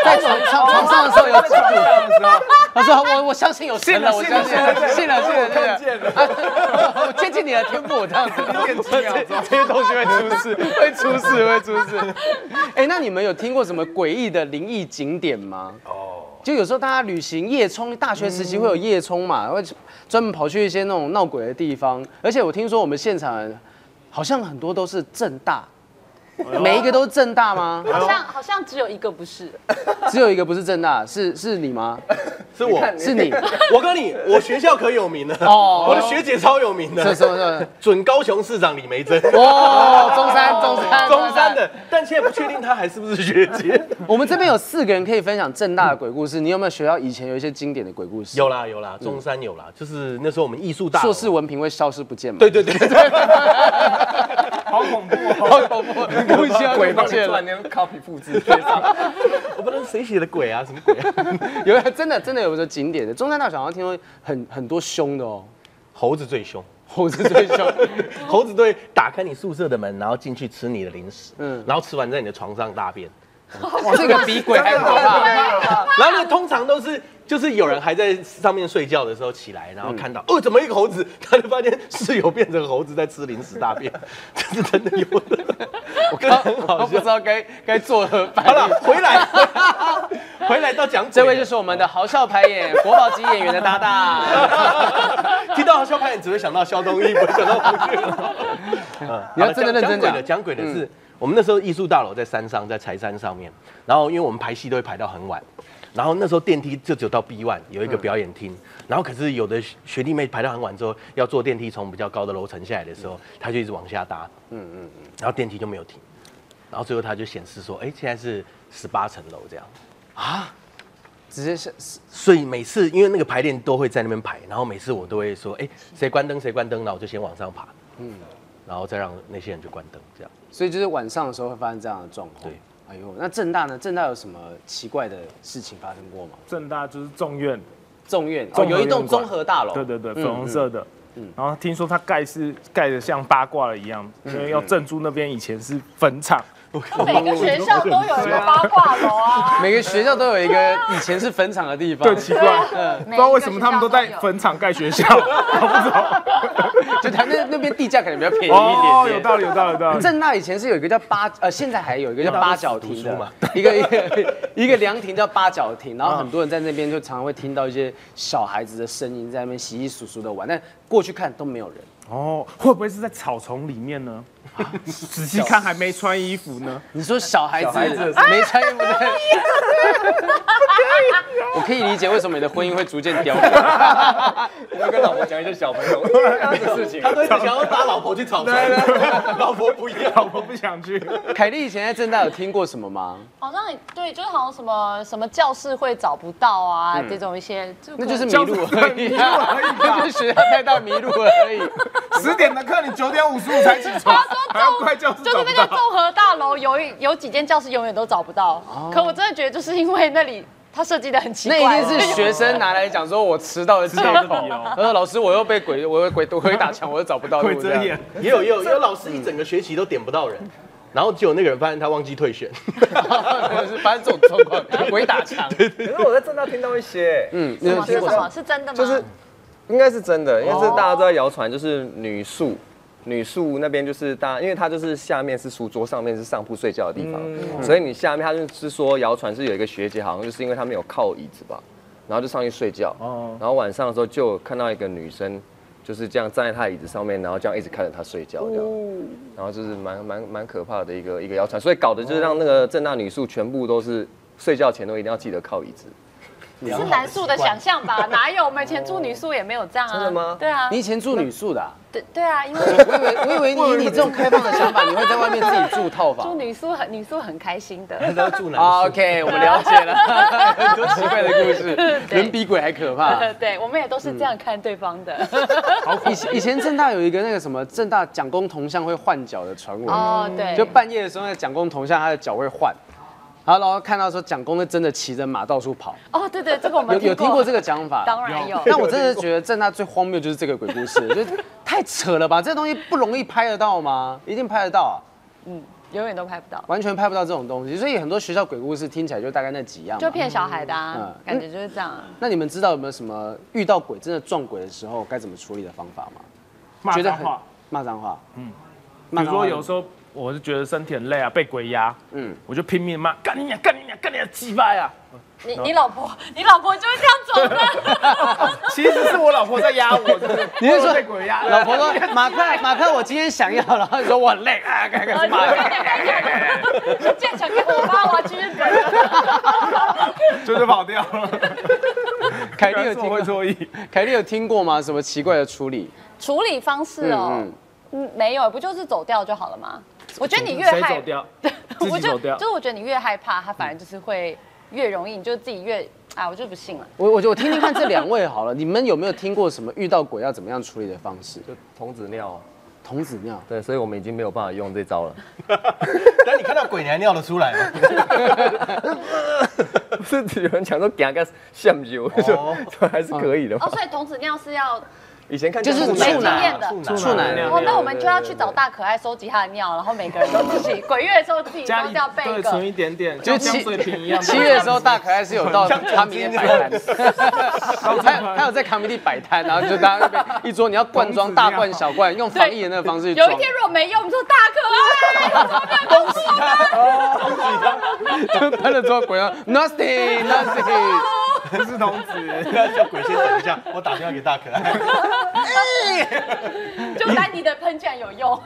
S1: 在床上床哦上的时候有起步。他说我我相信有神了，我相信了信了信了，看见了，啊我接近你的天赋，我这样 子。
S5: 啊
S2: 这些东西会出事，会出事，会出事。
S1: 哎，那你们有听过什么诡异的灵异景点吗？哦，就有时候大家旅行夜冲，大学时期会有夜冲嘛，会专门跑去一些那种闹鬼的地方。而且我听说我们现场好像很多都是正大，每一个都是正大吗？
S3: 好像好像只有一个不是，
S1: 只有一个不是正大，是是你吗？
S4: 是我，
S1: 是哎 你。
S4: 我跟你，我学校可有名了，
S1: 哦
S4: 我的学姐超有名
S1: 什
S4: 的
S1: 么，什么什么？
S4: 准高雄市长李梅珍，
S1: 哦，中山，中山，
S4: 中山。的，但现在不确定她还是不是学 姐。
S1: 我们这边有四个人可以分享正大的鬼故事，你有没有学到以前有一些经典的鬼故事？
S4: 有，啦有啦，中山有啦，就是那时候我们艺术大楼
S1: 硕士文凭会消失不见吗？
S4: 对，对对 对，
S2: 好恐怖哦！
S1: 好恐怖，不需要鬼
S5: 鬼帮
S1: 不
S5: 你
S1: 见
S5: 做
S1: 了
S5: 完，。那 copy 复制贴上。
S4: 我不知道谁写的鬼啊，什么鬼啊？
S1: 有真的真的有个景点的，中山大学好像听说很很多凶的哦，
S4: 猴子最凶。
S1: 猴子最凶。
S4: 猴子都会打开你宿舍的门，然后进去吃你的零食，
S1: 嗯
S4: 嗯，然后吃完在你的床上大便，
S1: 哇， 这个比鬼还可 怕。
S4: 然后呢，通常都是就是有人还在上面睡觉的时候起来，然后看到、哦，怎么一个猴子，他就发现室友变成猴子在吃零食大便， 这是真的有的，我刚很
S1: 我
S4: 好
S1: 不
S4: 笑
S1: 知。道该该作何反
S4: 好
S1: 应。
S4: 了，回来，回来到讲鬼的，
S1: 这位就是我们的豪笑排演国宝级演员的搭档。
S4: 听到肖派，你只会想到肖东义，不会想到胡 志荣。嗯
S1: 你要真的认真
S4: 好
S1: 讲嗯
S4: 了讲鬼的，讲鬼的是、我们那时候艺术大楼在山上，在柴山上面，然后因为我们排戏都会排到很晚。然后那时候电梯就只有到 B one 有一个表演厅，然后可是有的学学弟妹排到很晚之后，要坐电梯从比较高的楼层下来的时
S1: 嗯
S4: 候，他就一直往下搭，嗯嗯嗯，然后电梯就没有停，然后最后他就显示说，哎，现在是十八层楼这样，
S1: 直接是
S4: 所以每次因为那个排练都会在那边排，然后每次我都会说，哎、谁关灯谁关灯，然后我就先往上爬，嗯，然后再让那些人去关灯，这样。
S1: 所以就是晚上的时候会发生这样的状况。
S4: 对，
S1: 哎呦，那正大呢？正大有什么奇怪的事情发生过吗？
S2: 正大就是众院，
S1: 众院哦，
S2: 众
S1: 有
S2: 和
S1: 一栋
S2: 院馆
S1: 综合大楼。嗯
S2: 对对对，粉红色的。然后听说它盖是盖的像八卦了一样，
S1: 嗯
S2: 因为要镇住那边以前是坟场，
S3: 每个学校都有一个八卦楼啊。
S1: 每个学校都有一个以前是坟场的地方
S2: 对，，奇怪，
S3: 嗯
S2: 不知道为什么他们都在坟场盖学校，我不知道。
S1: 就它那那边地价可能比较便宜
S2: 哦
S1: 一，
S2: 有
S1: 点
S2: 道理，有道理，有道
S1: 点。
S2: 理。
S1: 正大以前是有一个叫八呃，现在还有一个叫八角亭
S4: 读书
S1: 的
S4: 嘛，
S1: 一个一 个一个凉亭叫八角亭，然后很多人在那边就常常会听到一些小孩子的声音在那边稀稀疏疏的玩，但过去看都没有人。
S2: 哦，会不会是在草丛里面呢？仔细看还没穿衣服呢。
S1: 你说小孩子没穿衣服的，我可以理解为什么你的婚姻会逐渐凋零。
S5: 要跟老婆讲一些小朋 友的事情。
S4: 他都一直想要拉老婆去吵架，老婆不
S2: 老
S4: 要。
S2: 婆不想去。
S1: 凯莉以前在正大有听过什么吗？
S3: 好像哦对，就是好像什么什么教室会找不到啊，这种一些，
S1: 嗯那就是迷路而已，
S2: 迷路而已吧
S1: 那就是学校太大迷路而已。
S2: 哎十点的课你九点五十五才起床，还
S1: 啊
S2: 要怪教室
S3: 就
S2: 找
S3: 是
S2: 不
S3: 那个
S2: 到。
S3: 综合大楼有一有几间教室永远都找不到，可我真的觉得就是因为那里它设计的很奇怪，
S1: 哦那一定是学生啊拿来讲说我迟到的借
S2: 迟
S1: 口
S2: 到的理由。
S1: 他说老师我又被鬼我又鬼鬼打墙，我又找不 到路。
S2: 鬼遮
S1: 这
S2: 眼
S1: 样，
S4: 也有也有也有老师一整个学期都点不到人，然后只有那个人发现他忘记退选，
S1: 反正这种状况，鬼打墙。
S5: 可是我在正大听到一些，嗯，
S3: 什么是什么是真的吗？
S5: 就是应该是真的，因为这大家都在谣传，就是女宿。女宿那边就是大，因为它就是下面是书桌，上面是上铺睡觉的地方，所以你下面他就是说谣传是有一个学姐，好像就是因为她没有靠椅子吧，然后就上去睡觉，然后晚上的时候就有看到一个女生就是这样站在她的椅子上面，然后这样一直看着她睡觉这样，然后就是蛮蛮蛮可怕的一个一个谣传，所以搞得就是让那个正大女宿全部都是睡觉前都一定要记得靠椅子，
S3: 是男宿的想象吧？哪有？我们以前住女宿也没有这样啊。
S5: 真的吗
S3: 对啊
S1: 你，以前住女宿的啊？
S3: 对对啊，因为
S1: 我以为我以为你以你这种开放的想法，你会在外面自己住套
S3: 住
S1: 房。
S3: 女宿很女宿很开心 的。
S4: 他都住男
S1: 啊
S4: 生。
S1: OK，我们了解了很多奇怪的故事，
S3: 对
S1: 人比鬼还可怕。
S3: 对，我们也都是这样看对方的。
S1: 嗯以前以前正大有一个那个什么正大蒋公铜像会换脚的传闻，
S3: 哦，对，
S1: 就半夜的时候，那个蒋公铜像他的脚会换，然后然后看到说蒋公是真的骑着马到处跑，
S3: 哦，对对，这个我们
S1: 有有听过这
S3: 个？
S1: 个讲法？
S3: 当然有。
S1: 但我真的觉得正大最荒谬就是这个鬼故事，就太扯了吧？这东西不容易拍得到吗？一定拍得到啊，
S3: 嗯，永远都拍不到，
S1: 完全拍不到这种东西。所以很多学校鬼故事听起来就大概那几样嘛。
S3: 就骗小孩的啊
S1: 嗯，
S3: 感觉就是这样啊。
S1: 那你们知道有没有什么遇到鬼真的撞鬼的时候该怎么处理的方法吗？
S2: 骂脏
S1: 很
S2: 话，
S1: 骂脏话，嗯，
S2: 比如说有
S1: 候
S2: 时候我是觉得身体很累啊，被鬼压，
S1: 嗯
S2: 嗯，我就拼命骂，干你娘，干你娘，干你娘，鸡巴呀！
S3: 你你老婆，你老婆就是这样走的。
S2: 其实是我老婆在压我，就是
S1: 你是说
S2: 被鬼压，
S1: 老婆说马克马克我今天想要，然后你说我很累啊，赶紧
S3: 呃
S1: 去
S3: 你们
S1: 骂
S3: 快点快点快点建成给我妈，我要去日本了。
S2: 就是跑掉了。
S1: 凯莉有
S2: 是
S1: 听
S2: 我会
S1: 过，
S2: 错意，
S1: 凯莉有听过吗？什么奇怪的处理？
S3: 处理方式哦
S1: 嗯，
S3: 嗯，没有，不就是走掉就好了吗？我觉得你越
S2: 谁
S3: 害
S2: 走 掉？自
S3: 我
S2: 己
S3: 就
S2: 走掉
S3: 就是我觉得你越害怕，他反而就是会越容易，你就自己越啊，我就不信了。
S1: 我我我听听看这两位好了，你 们有没有听过什么遇到鬼要怎么样处理的方式？
S5: 就童子尿啊。
S1: 童子尿，
S5: 对，所以我们已经没有办法用这招了。
S4: 但你看到鬼，你还尿得出来吗？
S5: 不是有人讲说给他个下流，
S1: 哦
S5: 就还是可以的嘛
S3: 哦，。所以童子尿是要
S5: 以前看
S1: 就是
S5: 电视
S2: 啊
S1: 处男
S3: 没经验 的
S1: 处男
S2: 对
S3: 哦，那我们就要去找大可爱收集他的尿，然后每个人都自己 鬼月的时候自己都
S2: 家
S3: 是
S2: 里
S3: 要备一
S2: 对存
S3: 个。
S2: 一点点，
S1: 就
S2: 就像
S1: 七
S2: 水瓶一样。
S1: 七月的时候，大可爱是有到他明 天摆 摊，还有还有在 comedy 摆摊，然后就大家那边一桌，你要灌装大灌小灌，用防疫的那个方式去
S3: 有
S1: 装
S3: 一。天如果没用，我们说大哎可爱，
S1: 就拍了之后，啊鬼要 nothing nothing，
S2: 不是童子。
S4: 那叫鬼先等一下，我打电话给大可爱。
S3: 就丹尼的喷居然有用。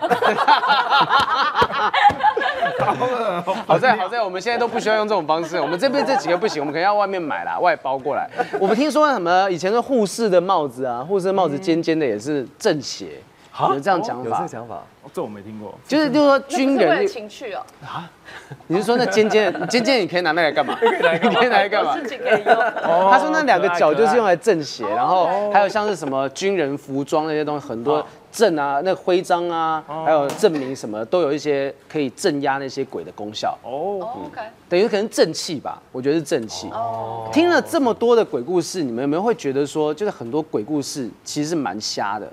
S1: 好在好在我们现在都不需要用这种方式，我们这边这几个不行，我们可能要外面买啦，外包过来。我们听说什么以前的护士的帽子啊，护士的帽子尖尖的也是正邪，嗯哦有这样讲
S5: 有这
S1: 法
S5: 个，想法，
S2: 哦这我没听过，
S1: 就是就是说军
S3: 那不是为 了
S1: 人，
S3: 情趣哦，
S1: 你是说那尖尖 的尖尖你可以拿那来干嘛？哦你 可以拿来干嘛？
S3: 自己可以用。
S1: 他说那两个脚就是用
S2: 来
S1: 来正鞋，然后还有像是什么军人服装那些东西，很多证啊、那徽章啊，还有证明什么，都有一些可以镇压那些鬼的功效，
S2: 哦，
S3: 哦 OK，
S1: 等于可能正气吧，我觉得是正气。听了这么多的鬼故事，你们有没有会觉得说，就是很多鬼故事其实是蛮瞎的？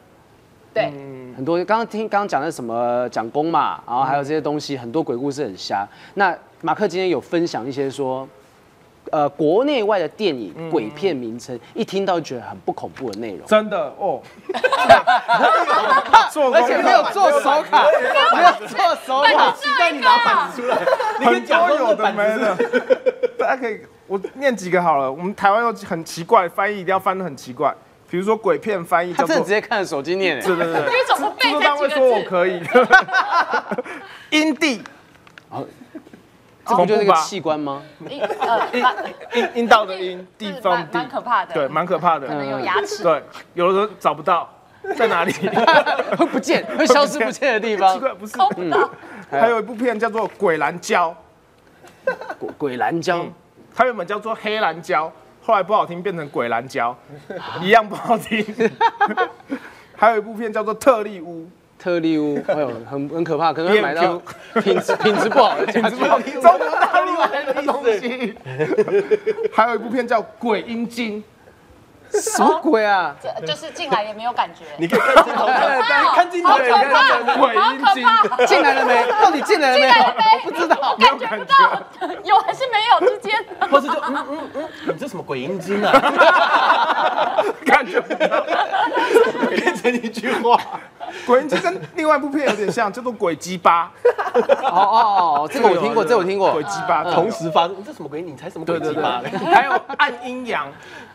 S3: 对，
S1: 很多刚刚听刚刚讲的什么讲公嘛，然后还有这些东西，很多鬼故事很瞎。那马克今天有分享一些说，呃，国内外的电影、鬼片名称，一听到就觉得很不恐怖的内容，
S2: 真的哦，做
S1: 而且没有做手卡，没有做手卡。
S4: 期待你拿板子出来，你跟
S2: 很
S4: 讲
S2: 多
S4: 说
S2: 有
S4: 这
S2: 的
S4: 板
S2: 没
S4: 子
S2: 的， 大家可以我念几个好了。我们台湾有很奇怪翻译，一定要翻的很奇怪，比如说鬼片翻译
S1: 他
S2: 叫
S1: 真
S2: 做
S1: 的直接看着手机 念，
S2: 对对对对，
S3: 你怎么背
S2: 制作
S3: 这
S2: 单
S3: 几
S2: 位
S3: 个
S2: 说我
S3: 字？
S2: 可以，阴蒂
S1: 哦这不就是一个器官吗？
S3: 一呃， 蛮
S2: 阴阴道的阴，地
S3: 是
S2: 方
S3: 蛮
S2: 地
S3: 蛮，可怕的，
S2: 对，蛮可怕
S3: 可能
S2: 的，
S3: 有牙齿。
S2: 对，有的时候找不到在哪里，
S1: 会 不见，会消失不见的地
S2: 奇
S1: 方。
S2: 怪不是，
S3: 抠哦不到，
S2: 还有一部片叫做《鬼蓝胶》。
S1: 鬼鬼蓝胶，
S2: 它原本叫做黑蓝 胶，后来不好听变成鬼蓝胶，一样不好听。 还有一部片叫做《特例屋
S1: 特例屋， 哎呦，很很可怕，可能会买到 品质品质不好的家具。》，
S2: 中国大陆来的东西，还有一部片叫《鬼阴经》。
S1: 什么鬼啊？
S3: 这就是进来也没有感觉，
S4: 你可以看镜头看，
S1: 哎
S4: 看镜头
S3: 好
S4: 看
S3: 可
S4: 看镜头
S3: 怕，
S2: 鬼
S3: 好可
S2: 阴
S3: 怕，
S1: 进来了 没？到底进来了没？
S3: 进来了没
S1: 我不知道。
S3: 感觉不到 有还是没有之间。
S4: 或是就嗯嗯嗯，你这什么鬼阴茎啊？
S2: 感觉不到
S4: 变成一句话，
S2: 鬼阴经跟另外一部片有点像，叫做《鬼鸡巴》。
S1: 哦哦哦， 这个我听过，这个我听过啊
S2: 鬼。鸡巴
S4: 同
S2: 同时
S4: 时发生，你这什么鬼？你才什么鬼鸡巴嘞？
S2: 还有暗 阴阳，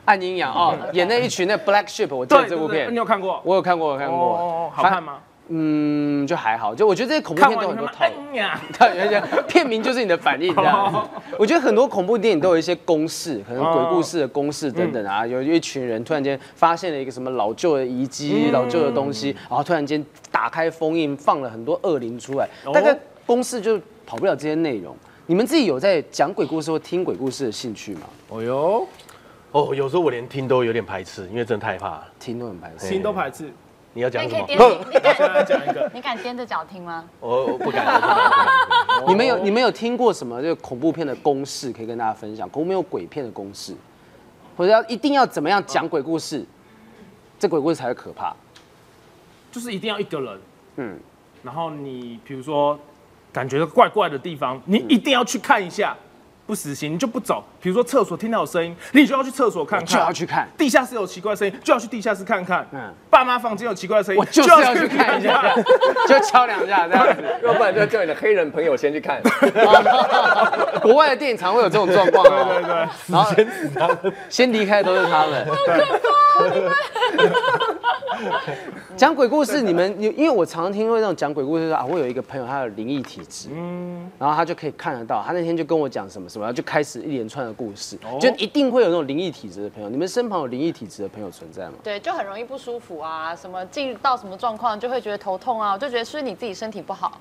S1: 暗阴阳哦，演那一群那 Black Sheep，我记
S2: 嗯对
S1: 得这部片
S2: 你，有看过？
S1: 我有看过，我有看过
S2: 哦，。好看
S1: 吗？
S2: 吗？
S1: 嗯，就还好，就我觉得这些恐怖
S2: 看
S1: 片
S2: 完
S1: 都
S2: 你
S1: 很多
S2: 会吗？
S1: 套路。
S2: 哎呀，
S1: 对，人家片名就是你的反应这样子
S2: 哦。
S1: 我觉得很多恐怖电影都有一些公式，可能鬼故事的公式等等啊，有一群人突然间发现了一个什么老旧的遗迹、老旧的东西，然后突然间打开封印，放了很多恶灵出来，大概公式就跑不了这些内容。你们自己有在讲鬼故事或听鬼故事的兴趣吗？
S2: 哦哟，
S4: 哦，有时候我连听都有点排斥，因为真的太怕了。
S1: 听都很排斥。
S2: 心都排 斥。
S4: 你要
S3: 那
S4: 讲
S3: 你
S4: 什
S3: 可以
S4: 么？
S3: 踮着，你
S2: 跟大家
S3: 敢
S2: 讲一个，
S3: 你敢踮着脚听吗？
S4: 我我不敢。我不 敢不敢
S1: 你们有你们有听过什么就是恐怖片的公式可以跟大家分享？恐怖片有鬼片的公式，或者要一定要怎么样讲鬼故事，这鬼故事才会可怕。
S2: 就是一定要一个人，
S1: 嗯
S2: 嗯，然后你比如说感觉到怪怪的地方，你一定要去看一下，不死心你就不走。比如说厕所听到有声音，你就要去厕所看看，
S1: 就要去 看
S2: 地下室有奇怪声音，就要去地下室看看。
S1: 嗯
S2: 嗯，爸妈房间有奇怪声音，
S1: 我就是要去看一下，就敲两下这样 子。
S5: 要不然就叫你的黑人朋友先 去看。
S1: 国外的电影常会有这种状况、哦，对对对，然后先离开的都是他们，讲鬼故事，你们你因为我常听会那种讲鬼故事说啊，我有一个朋友他有灵异体质，然后他就可以看得到，他那天就跟我讲什么什么，然后就开始一连串的故事，就一定会有那种灵异体质的朋友，你们身旁有灵异体质的朋友存在吗？
S3: 对，就很容易不舒服啊，什么进入到什么状况就会觉得头痛啊，我就觉得是不是你自己身体不好。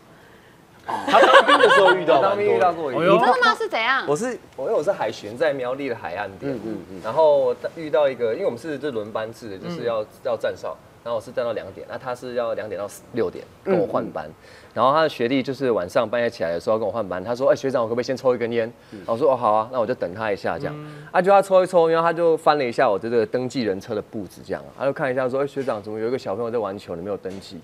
S4: 他当兵的时候遇到
S5: 当
S4: 蛮
S5: 面遇
S4: 多
S5: 到
S4: 的，
S5: 过一
S2: 哎
S5: 个
S2: 呦
S3: 真，的吗？是怎样？
S5: 我是我因为我是海巡，在苗栗的海岸边，然后遇到一个，因为我们是这轮班制的，就是要、要站哨，然后我是站到两点，那他是要两点到六点跟我换班，然后他的学弟就是晚上半夜起来的时候要跟我换班，他说，哎、学长，我可不可以先抽一根烟？然后我说，哦，好啊，那我就等他一下这样，啊，就他抽一抽，然后他就翻了一下我这个登记人车的布置这样，他就看一下说，哎、学长，怎么有一个小朋友在玩球，你没有登记？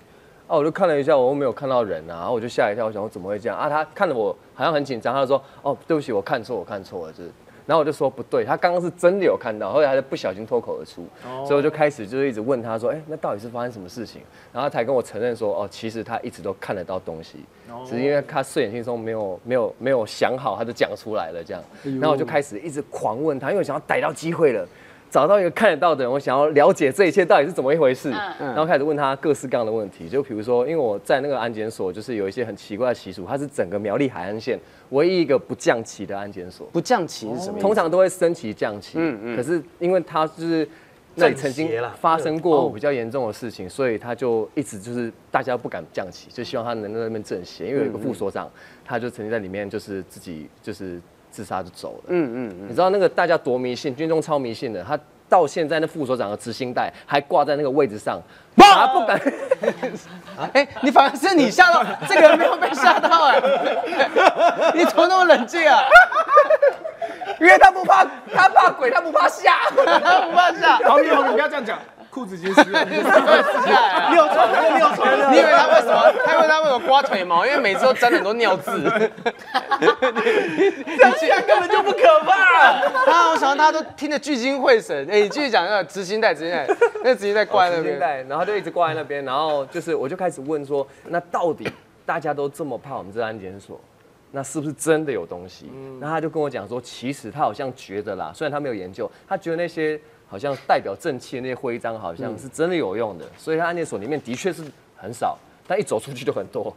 S5: 啊，我就看了一下，我又没有看到人啊，然后我就吓一跳，我想我怎么会这样啊？他看着我好像很紧张，他就说：“哦，对不起，我看错，我看错了。”就是，然后我就说不对，他刚刚是真的有看到，后来他就不小心脱口而出，所以我就开始就是一直问他说：“哎、那到底是发生什么事情？”然后他才跟我承认说：“哦，其实他一直都看得到东西，只是因为他睡眼惺忪，没有没有没有想好，他就讲出来了这样。”然后我就开始一直狂问他，因为我想要逮到机会了。找到一个看得到的人，我想要了解这一切到底是怎么一回事，然后开始问他各式各样的问题，就比如说，因为我在那个安检所，就是有一些很奇怪的习俗，它是整个苗栗海岸线唯一一个不降旗的安检所，
S1: 不降旗是什
S4: 哦
S1: 么意思？嗯
S5: 通常都会升旗降旗，可是因为它就是那里曾经
S4: 政协啦
S5: 发生过比较严重的事情，所以他就一直就是大家不敢降旗，就希望他能在那边正邪，因为有一个副所
S1: 嗯
S5: 长，他就曾经在里面就是自己就是自杀就走了，嗯嗯，你知道那个大家多迷信，军中超迷信的，他到现在那副所长的执行带还挂在那个位置上，他不敢。
S1: 哎，你反而是你吓 到，这个人没有被吓到 哎，你怎么那么冷静啊？
S5: 因为他不怕，他怕鬼，他不怕吓。
S1: 不怕吓，
S2: 好，你你不要这样讲，裤子已经湿了。
S4: 六床，那个六床，
S1: 你以为他为什么？他以为他为什么刮腿毛？因为每次都沾很多尿渍。 这样根本就不可怕。啊，我想到大家都听得聚精会神。哎，你继续讲那个执行带，执行 带，那哦执行带挂在那
S5: 纸
S1: 边。
S5: 巾袋，然后就一直挂在那边，然后就是我就开始问说，那到底大家都这么怕我们这安检所，那是不是真的有东西？
S1: 嗯
S5: 那他就跟我讲说，其实他好像觉得啦，虽然他没有研究，他觉得那些好像代表正气的那些徽章好
S1: 嗯
S5: 像是真的有用的，所以他安检所里面的确是很少，但一走出去就很多。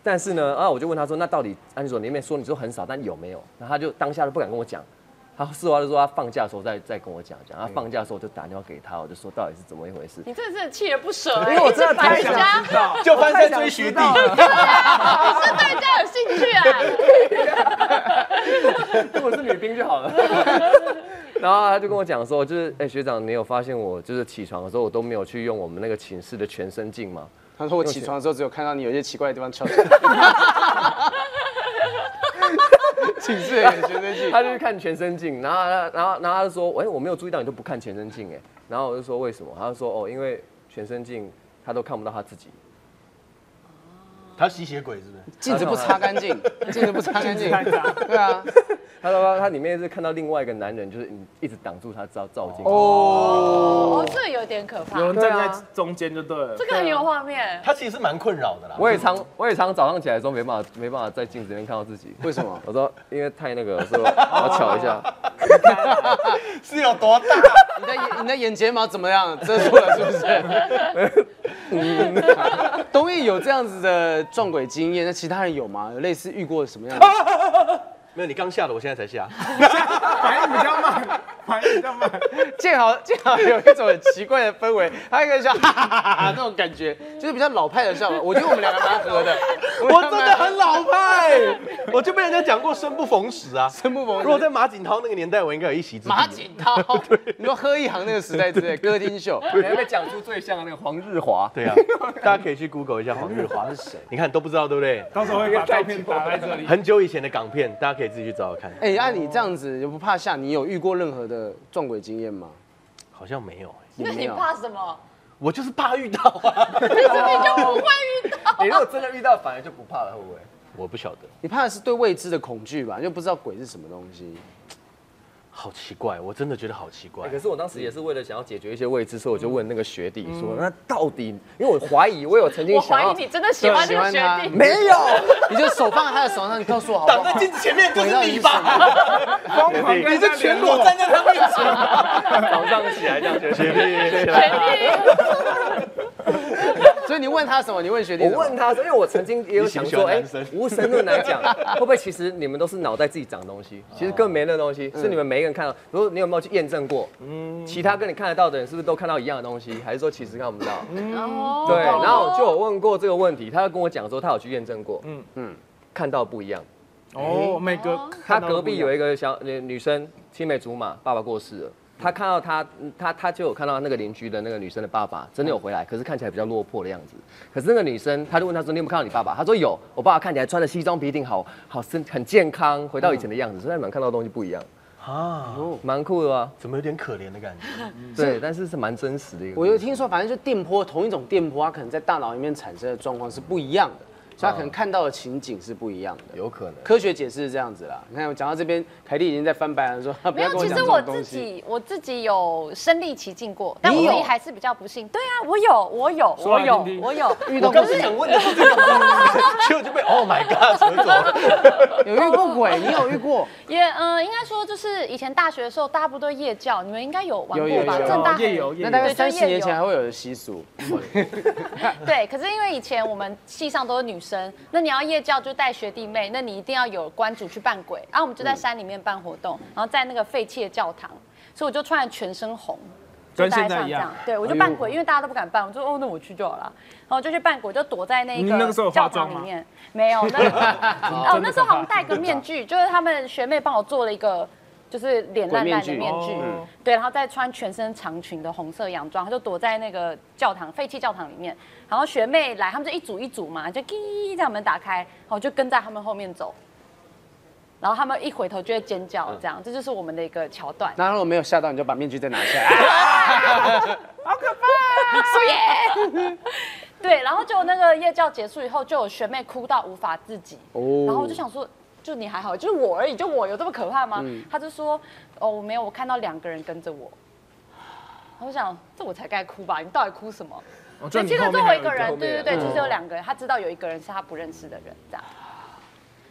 S5: 但是呢，啊，我就问他说，那到底安检所里面说你说很少，但有没有？然后他就当下都不敢跟我讲。他事后他就说他放假的时候再再跟我讲
S1: 嗯
S5: 讲，他放假的时候我就打电话给他，我就说到底是怎么一回事。
S3: 你真的是锲而不舍欸，
S5: 因为我
S3: 一直
S5: 真的
S3: 把
S5: 太
S3: 人家
S5: 想，知道，
S4: 就翻山追徐弟，
S3: 你是对人家有兴趣啊？
S5: 如果是女兵就好了。然后他就跟我讲说，就是哎、学长，你有发现我就是起床的时候我都没有去用我们那个寝室的全身镜吗？
S1: 他说我起床的时候只有看到你有一些奇怪的地方翘起 寝室的学生去，
S5: 他就去看全身镜，然后他然后然后他就说，哎、我没有注意到你都不看全身镜哎，然后我就说为什么？他就说哦，因为全身镜他都看不到他自己。
S4: 他吸血鬼是不是？
S1: 镜子不擦干净，镜子不擦干净，对啊，
S5: 他说他里面是看到另外一个男人，就是你一直挡住他照照镜。
S3: 哦，这个有点可怕，啊
S2: 有人站在中间就对了。
S3: 这个很有画面。
S4: 他其实是蛮困扰的啦。
S5: 我也常我也常早上起来的时候没办法没办法在镜子里面看到自己，
S1: 为什么？
S5: 我说 因为太那个了，所以我我要巧一下。
S4: 是有多大？
S1: 你的眼你的眼睫毛怎么样？遮住了是不是？东艺有这样子的撞鬼经验，那其他人有吗？有类似遇过什么样的？
S4: 没有，你刚下的，我现在才下。
S2: 反应比较慢，反应比较慢。
S1: 建豪建豪有一种很奇怪的氛围，他一个笑哈哈哈哈那种感觉，就是比较老派的笑法。我觉得我们两个蛮合的，
S4: 我真的很老派， 我就被人家讲过生不逢时啊。
S1: 生不逢时
S4: 如果在马景涛那个年代，我应该有一席之地。
S1: 马景涛，你说喝一行那个时代之类的歌厅秀，
S5: 你还没讲出最像那个黄日华，
S4: 对啊，大家可以去 Google 一下黄日华是谁，你看都不知道对不对？
S2: 到时候会把照片打在这里。
S4: 很久以前的港片，大家可以自己去找找看。
S1: 哎、按你这样子又不怕吓，你有遇过任何的撞鬼经验吗？
S4: 好像没有、欸，
S1: 你
S3: 那
S1: 没
S3: 你
S1: 有。
S3: 怕什么？
S4: 我就是怕遇到啊，
S3: 你就不会遇到。
S5: 你如果真的遇到，反而就不怕了，会不会？
S4: 我不晓得，
S1: 你怕的是对未知的恐惧吧？就不知道鬼是什么东西。
S4: 好奇怪，我真的觉得好奇怪
S5: 欸可。是我当时也是为了想要解决一些未知，所以我就问那个学弟说：“那到底？”因为我怀疑，嗯我有曾经
S3: 我
S5: 想
S3: 怀
S5: 要
S3: 疑你真的喜欢这
S1: 喜
S3: 个
S1: 欢
S3: 学
S1: 他
S3: 弟。
S5: 没有，
S1: 你就手放在他的手上，你告诉我好不
S4: 挡
S1: 好
S4: 在？镜子前面就是你吧？
S2: 疯狂跟人家联络，
S4: 站在他面前，
S5: 早上起来这样觉得。
S1: 所以你问他什么？你问学弟
S5: 我
S1: 什么？
S5: 问他说，因为我曾经也有想说，哎
S4: 你喜欢男生，
S5: 无神论来讲，会不会其实你们都是脑袋自己长东西，其实根本没那东西，是你们每一个人看到。如果你有没有去验证过，其他跟你看得到的人是不是都看到一样的东西，还是说其实看不到？
S3: 哦
S5: 对，然后我就有问过这个问题，他就跟我讲说他有去验证过，嗯嗯，看到不一样。
S2: 哦，每个
S5: 他隔壁有
S2: 一
S5: 一个小女女生，青梅竹马，爸爸过世了。他看到他，嗯他他就有看到那个邻居的那个女生的爸爸，真的有回来，可是看起来比较落魄的样子。可是那个女生，他就问他说：“你有没有看到你爸爸？”他说：“有，我爸爸看起来穿的西装笔挺，好好身很健康，回到以前的样子。”所以你们看到的东西不一样，
S4: 啊，
S5: 蛮酷的啊。
S4: 怎么有点可怜的感觉？
S5: 对，但是是蛮真实的一个故
S1: 我
S5: 事。
S1: 有听说，反正就电波，同一种电波，它可能在大脑里面产生的状况是不一样的，所以它可能看到的情景是不一样的。
S5: 有可能。
S1: 科学解释是这样子啦。你看，我讲到这边，凯蒂已经在翻白眼说：“ 不
S3: 没
S1: 要
S3: 有，
S1: 跟我
S3: 其
S1: 讲
S3: 实
S1: 这
S3: 我
S1: 种东
S3: 自
S1: 西。
S3: 己我自己有身临其境过，但我自
S1: 有
S3: 己还是比较不幸。对啊，我有，我有，
S2: 说
S3: 我
S2: 来
S3: 有
S2: 听听，
S3: 我有。
S1: 遇到过
S4: 我刚是想问的是这个， 结果就被 Oh my God 扯走了。
S1: 有遇过鬼，你有遇过？
S3: 也嗯、呃应该说就是以前大学的时候，大家不都夜教？你们应该有玩
S1: 有有
S3: 过吧？
S1: 有
S3: 正大
S2: 哦夜游夜
S1: 那
S2: 游
S1: 大概
S3: 对就
S1: 三
S3: 夜
S1: 十年前
S3: 游
S1: 还会有的习俗。
S3: 对，可是因为以前我们系上都是女生，那你要夜教就带学弟妹，那你一定要有关主去扮鬼，然、啊后我们
S1: 嗯
S3: 就在山里面办活动，然后在那个废弃的教堂，所以我就穿的全身红。就
S2: 跟
S3: 大概
S2: 现在
S3: 像
S2: 一
S3: 这
S2: 样哎
S3: 样，对我就扮鬼，因为大家都不敢扮，我就哦，那我去就好了，然后就去扮鬼，就躲在那
S2: 你那
S3: 个
S2: 个时候有化
S3: 教
S2: 妆
S3: 堂里
S2: 吗
S3: 面，没有， 那哦
S2: 真的
S3: 那时候好
S2: 很怕
S3: 像戴个面具，就是他们学妹帮我做了一个，就是脸烂烂的
S1: 鬼面具
S3: 面具，
S2: 哦
S3: 对，然后再穿全身长裙的红色洋装，她就躲在那个教堂废弃教堂里面。然后学妹来，他们就一组一组嘛，就滴这样门打开，然后我就跟在他们后面走。然后他们一回头就会尖
S2: 嗯
S3: 叫，这样，这就是我们的一个桥段。
S1: 那如果没有吓到，你就把面具再拿下 来。
S3: 对，然后就那个夜教结束以后，就有学妹哭到无法自己。
S1: 哦
S3: 然后我就想说，就你还好，就是我而已，就我有这么可怕吗？她就说，哦，我没有，我看到两个人跟着我。然后我想，这我才该哭吧？你到底哭什么？
S2: 个，
S3: 所以其实最
S2: 最
S3: 后
S2: 后
S3: 一个人，对对对，
S2: 嗯
S3: 其实有两个人，他知道有一个人是他不认识的人，这样。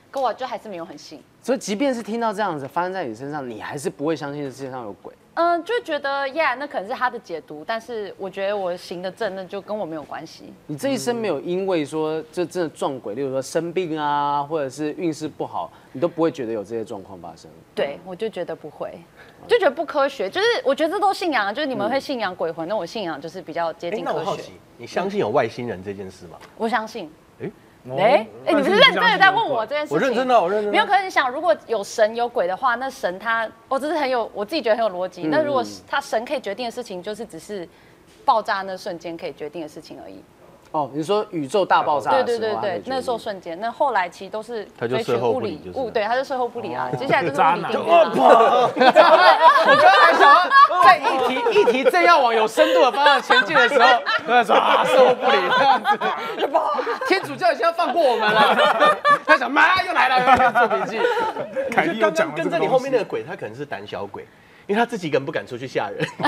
S3: 可我就还是没有很信，
S1: 所以，即便是听到这样子发生在你身上，你还是不会相信这世界上有鬼。
S3: 嗯，就觉得呀，那可能是他的解读，但是我觉得我行得正，那就跟我没有关系。
S1: 你这一生没有因为说这真的撞鬼，例如说生病啊，或者是运势不好，你都不会觉得有这些状况发生。
S3: 对，我就觉得不会，就觉得不科学。就是我觉得这都信仰啊，就是你们会信仰鬼魂，那我信仰就是比较接
S4: 哎
S3: 近
S4: 那我
S3: 科
S4: 好
S3: 学
S4: 奇。，你相信有外星人这件事吗？
S3: 我相信
S4: 哎，
S3: 哎哎，你们是认真的在问我这件事情？
S4: 我认真啊的，我认真
S3: 没有，
S4: 的。
S3: 可是你想，如果有神有鬼的话，那神他，哦，这是很有，我自己觉得很有逻辑。那如果是他神可以决定的事情，就是只是爆炸那瞬间可以决定的事情而已。
S1: 哦，你说宇宙大爆炸
S3: 对
S1: 的
S3: 对
S1: 时
S3: 对
S1: 候啊？
S3: 对，那时候瞬间，那后来其实都是
S4: 他就
S3: 追
S4: 事
S3: 求
S4: 后
S3: 物
S4: 不理
S3: 理
S4: 就是
S3: 物，对，他就事后不理啊。接下来就是
S2: 渣
S3: 物理
S2: 男
S3: 定律啊。
S1: 我刚才想要在议题议题正要往有深度的方向前进的时候，他说啊，受不了这样子， 天主教已经要放过我们了。他想妈又来了，又来了做笔记。
S2: 凯
S4: 就
S2: 莉又
S4: 刚
S2: 讲
S4: 刚
S2: 了
S4: 跟
S2: 这
S4: 着你
S2: 个
S4: 后
S2: 后面
S4: 面那
S2: 的
S4: 个鬼，他可能是胆小鬼。因为他自己一个人不敢出去吓人，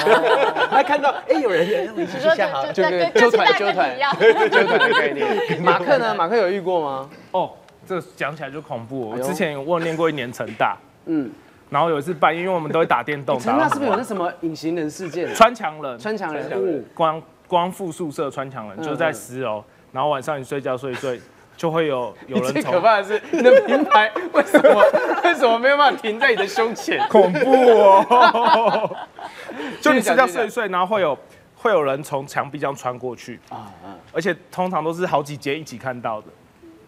S4: 他看到哎有人，哎我一起
S3: 你
S4: 去
S3: 说
S4: 吓好了
S3: 就，就
S1: 对
S3: 跟
S1: 纠
S3: 跟
S1: 团
S3: 现在
S1: 纠
S3: 跟
S1: 团
S3: 你一样，
S1: 纠团的概念。马克呢？马克有遇过吗？
S2: 哦，这讲起来就恐怖、哦。我
S1: 呦
S2: 之前我有念过一年成大，
S1: 嗯，
S2: 然后有一次半夜，因为我们都会打 电动，
S1: 陈
S2: 打
S1: 娜
S2: 到
S1: 是不是有那什么隐形人事件？
S2: 穿墙人？
S1: 穿嗯墙人，
S2: 光光复宿舍穿墙人，就在十楼，然后晚上你睡觉睡一睡，就会 有有
S1: 你
S2: 人
S1: 最
S2: 从
S1: 可怕的是，你的名牌为什么为什么没有办法停在你的胸前？
S2: 恐怖哦！ 就你睡觉
S1: 继续讲继续
S2: 睡一睡，然后会有会有人从墙壁这样穿过去
S1: 啊
S2: 而且通常都是好几节一起看到的。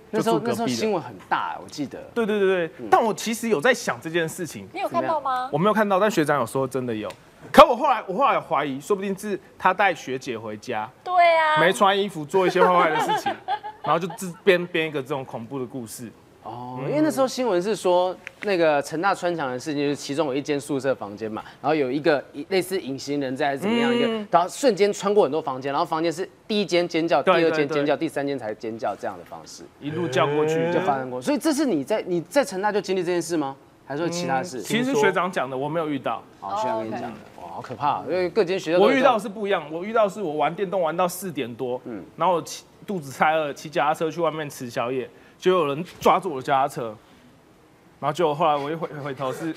S1: 那时候
S2: 就住隔壁
S1: 那时候
S2: 的
S1: 新闻很大，我记得。
S2: 对对对
S1: 嗯
S2: 对，但我其实有在想这件事情，
S3: 你有看到吗？
S2: 我没有看到，但学长有说真的有。可我后来我后来有怀疑，说不定是他带学姐回家，
S3: 对啊，
S2: 没穿衣服做一些坏坏的事情， 然后就自编编一个这种恐怖的故事。
S1: 哦，因为那时候新闻是说那个陈大穿墙的事情，就是其中有一间宿舍房间嘛，然后有一个类似隐形人在还是怎么样一个，
S2: 嗯
S1: 然后瞬间穿过很多房间，然后房间是第一间尖叫，第
S2: 对
S1: 二
S2: 对
S1: 间
S2: 对嗯
S1: 尖叫，第三间才尖叫这样的方式
S2: 一路叫过去，
S1: 哎就发生过，所以这是你在你在陈大就经历这件事吗？还是说其他事？
S2: 嗯其实学长讲的我没有遇到，
S1: 好，学长跟你讲的，哇，好可怕，啊因为各间学校都有
S2: 我
S1: 这
S2: 遇
S1: 种
S2: 到是不一样，我遇到是我玩电动玩到四点多，嗯，然后我骑肚子太饿，骑脚踏车去外面吃宵夜，就有人抓住我的脚踏车，然后就后来我一回回头是，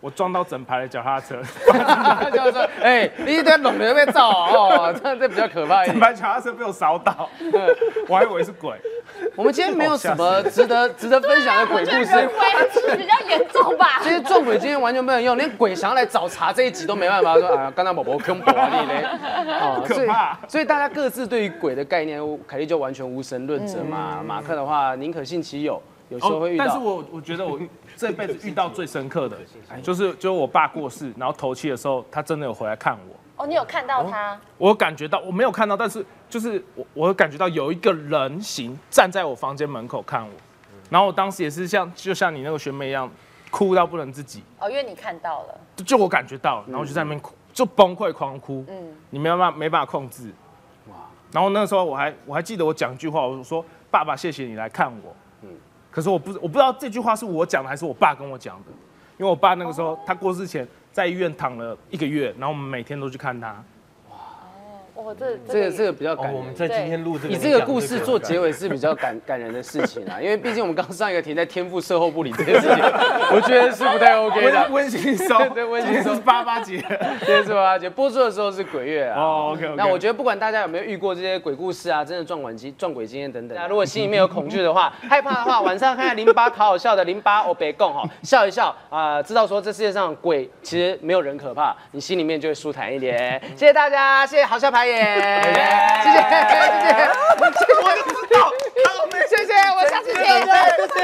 S2: 我撞到整排的脚踏车，
S1: 他 就说，哎，你一堆拢人被照哦，这这比较可 怕一
S2: 整
S1: 点。
S2: 排脚踏车被我 扫倒，我还以为是鬼，
S1: 我们今天没有什么值得值得分享的鬼故事，
S3: 会比较严重 吧？
S1: 这些撞鬼经验完全没有用，连鬼想要来找茬这一集都没办法说啊，刚刚宝宝跟伯利嘞， 哦，
S2: 可怕
S1: 所以所以大家各自对于鬼的概念，凯莉就完全无神论者嘛。马克的话，宁可信其有，有时候会遇到。
S2: 哦但是我我觉得我这辈子遇到最深刻的，
S1: 哎
S2: 就是就是我爸过世，然后头七的时候，他真的有回来看我。
S3: 哦，你有看到他？
S2: 我有感觉到，我没有看到，但是就是我，我有感觉到有一个人形站在我房间门口看我，然后我当时也是像就像你那个学妹一样，哭到不能自己，
S3: 哦，因为你看到了。
S2: 就就我感觉
S1: 嗯
S2: 到了，然后我就在那边哭，就崩溃狂哭，嗯，你没有办法没办法控制，然后那时候我还我还记得我讲一句话，我说爸爸谢谢你来看我，
S1: 嗯
S2: 可是我不我不知道这句话是我讲的还是我爸跟我讲的，因为我爸那个时候他过世前在医院躺了一个月，然后我们每天都去看他，
S3: 哇，哦这
S1: 这个这个比较
S4: 哦
S1: 感人。
S4: 我们在今天录这个，
S1: 以这个故事做结尾是比较感感人的事情啦，啊因为毕竟我们刚上一个停在天赋售后不理这件事情，我觉得是不太 OK 的，
S2: 温。温馨收
S1: 对温馨收
S2: 今天是八八节。
S1: 对，是吧？姐播出的时候是鬼月啊。
S2: 哦，OK，OK
S1: 那我觉得不管大家有没有遇过这些鬼故事啊，真的撞鬼经撞鬼经验等等，那如果心里面有恐惧的话、害怕的话，晚上看看零八考好笑的零八欧北贡哈，笑一笑啊、知道说这世界上鬼其实没有人可怕，你心里面就会舒坦一点。谢谢大家，谢谢好笑排演，谢谢谢谢，我就知道，谢谢，我下次见。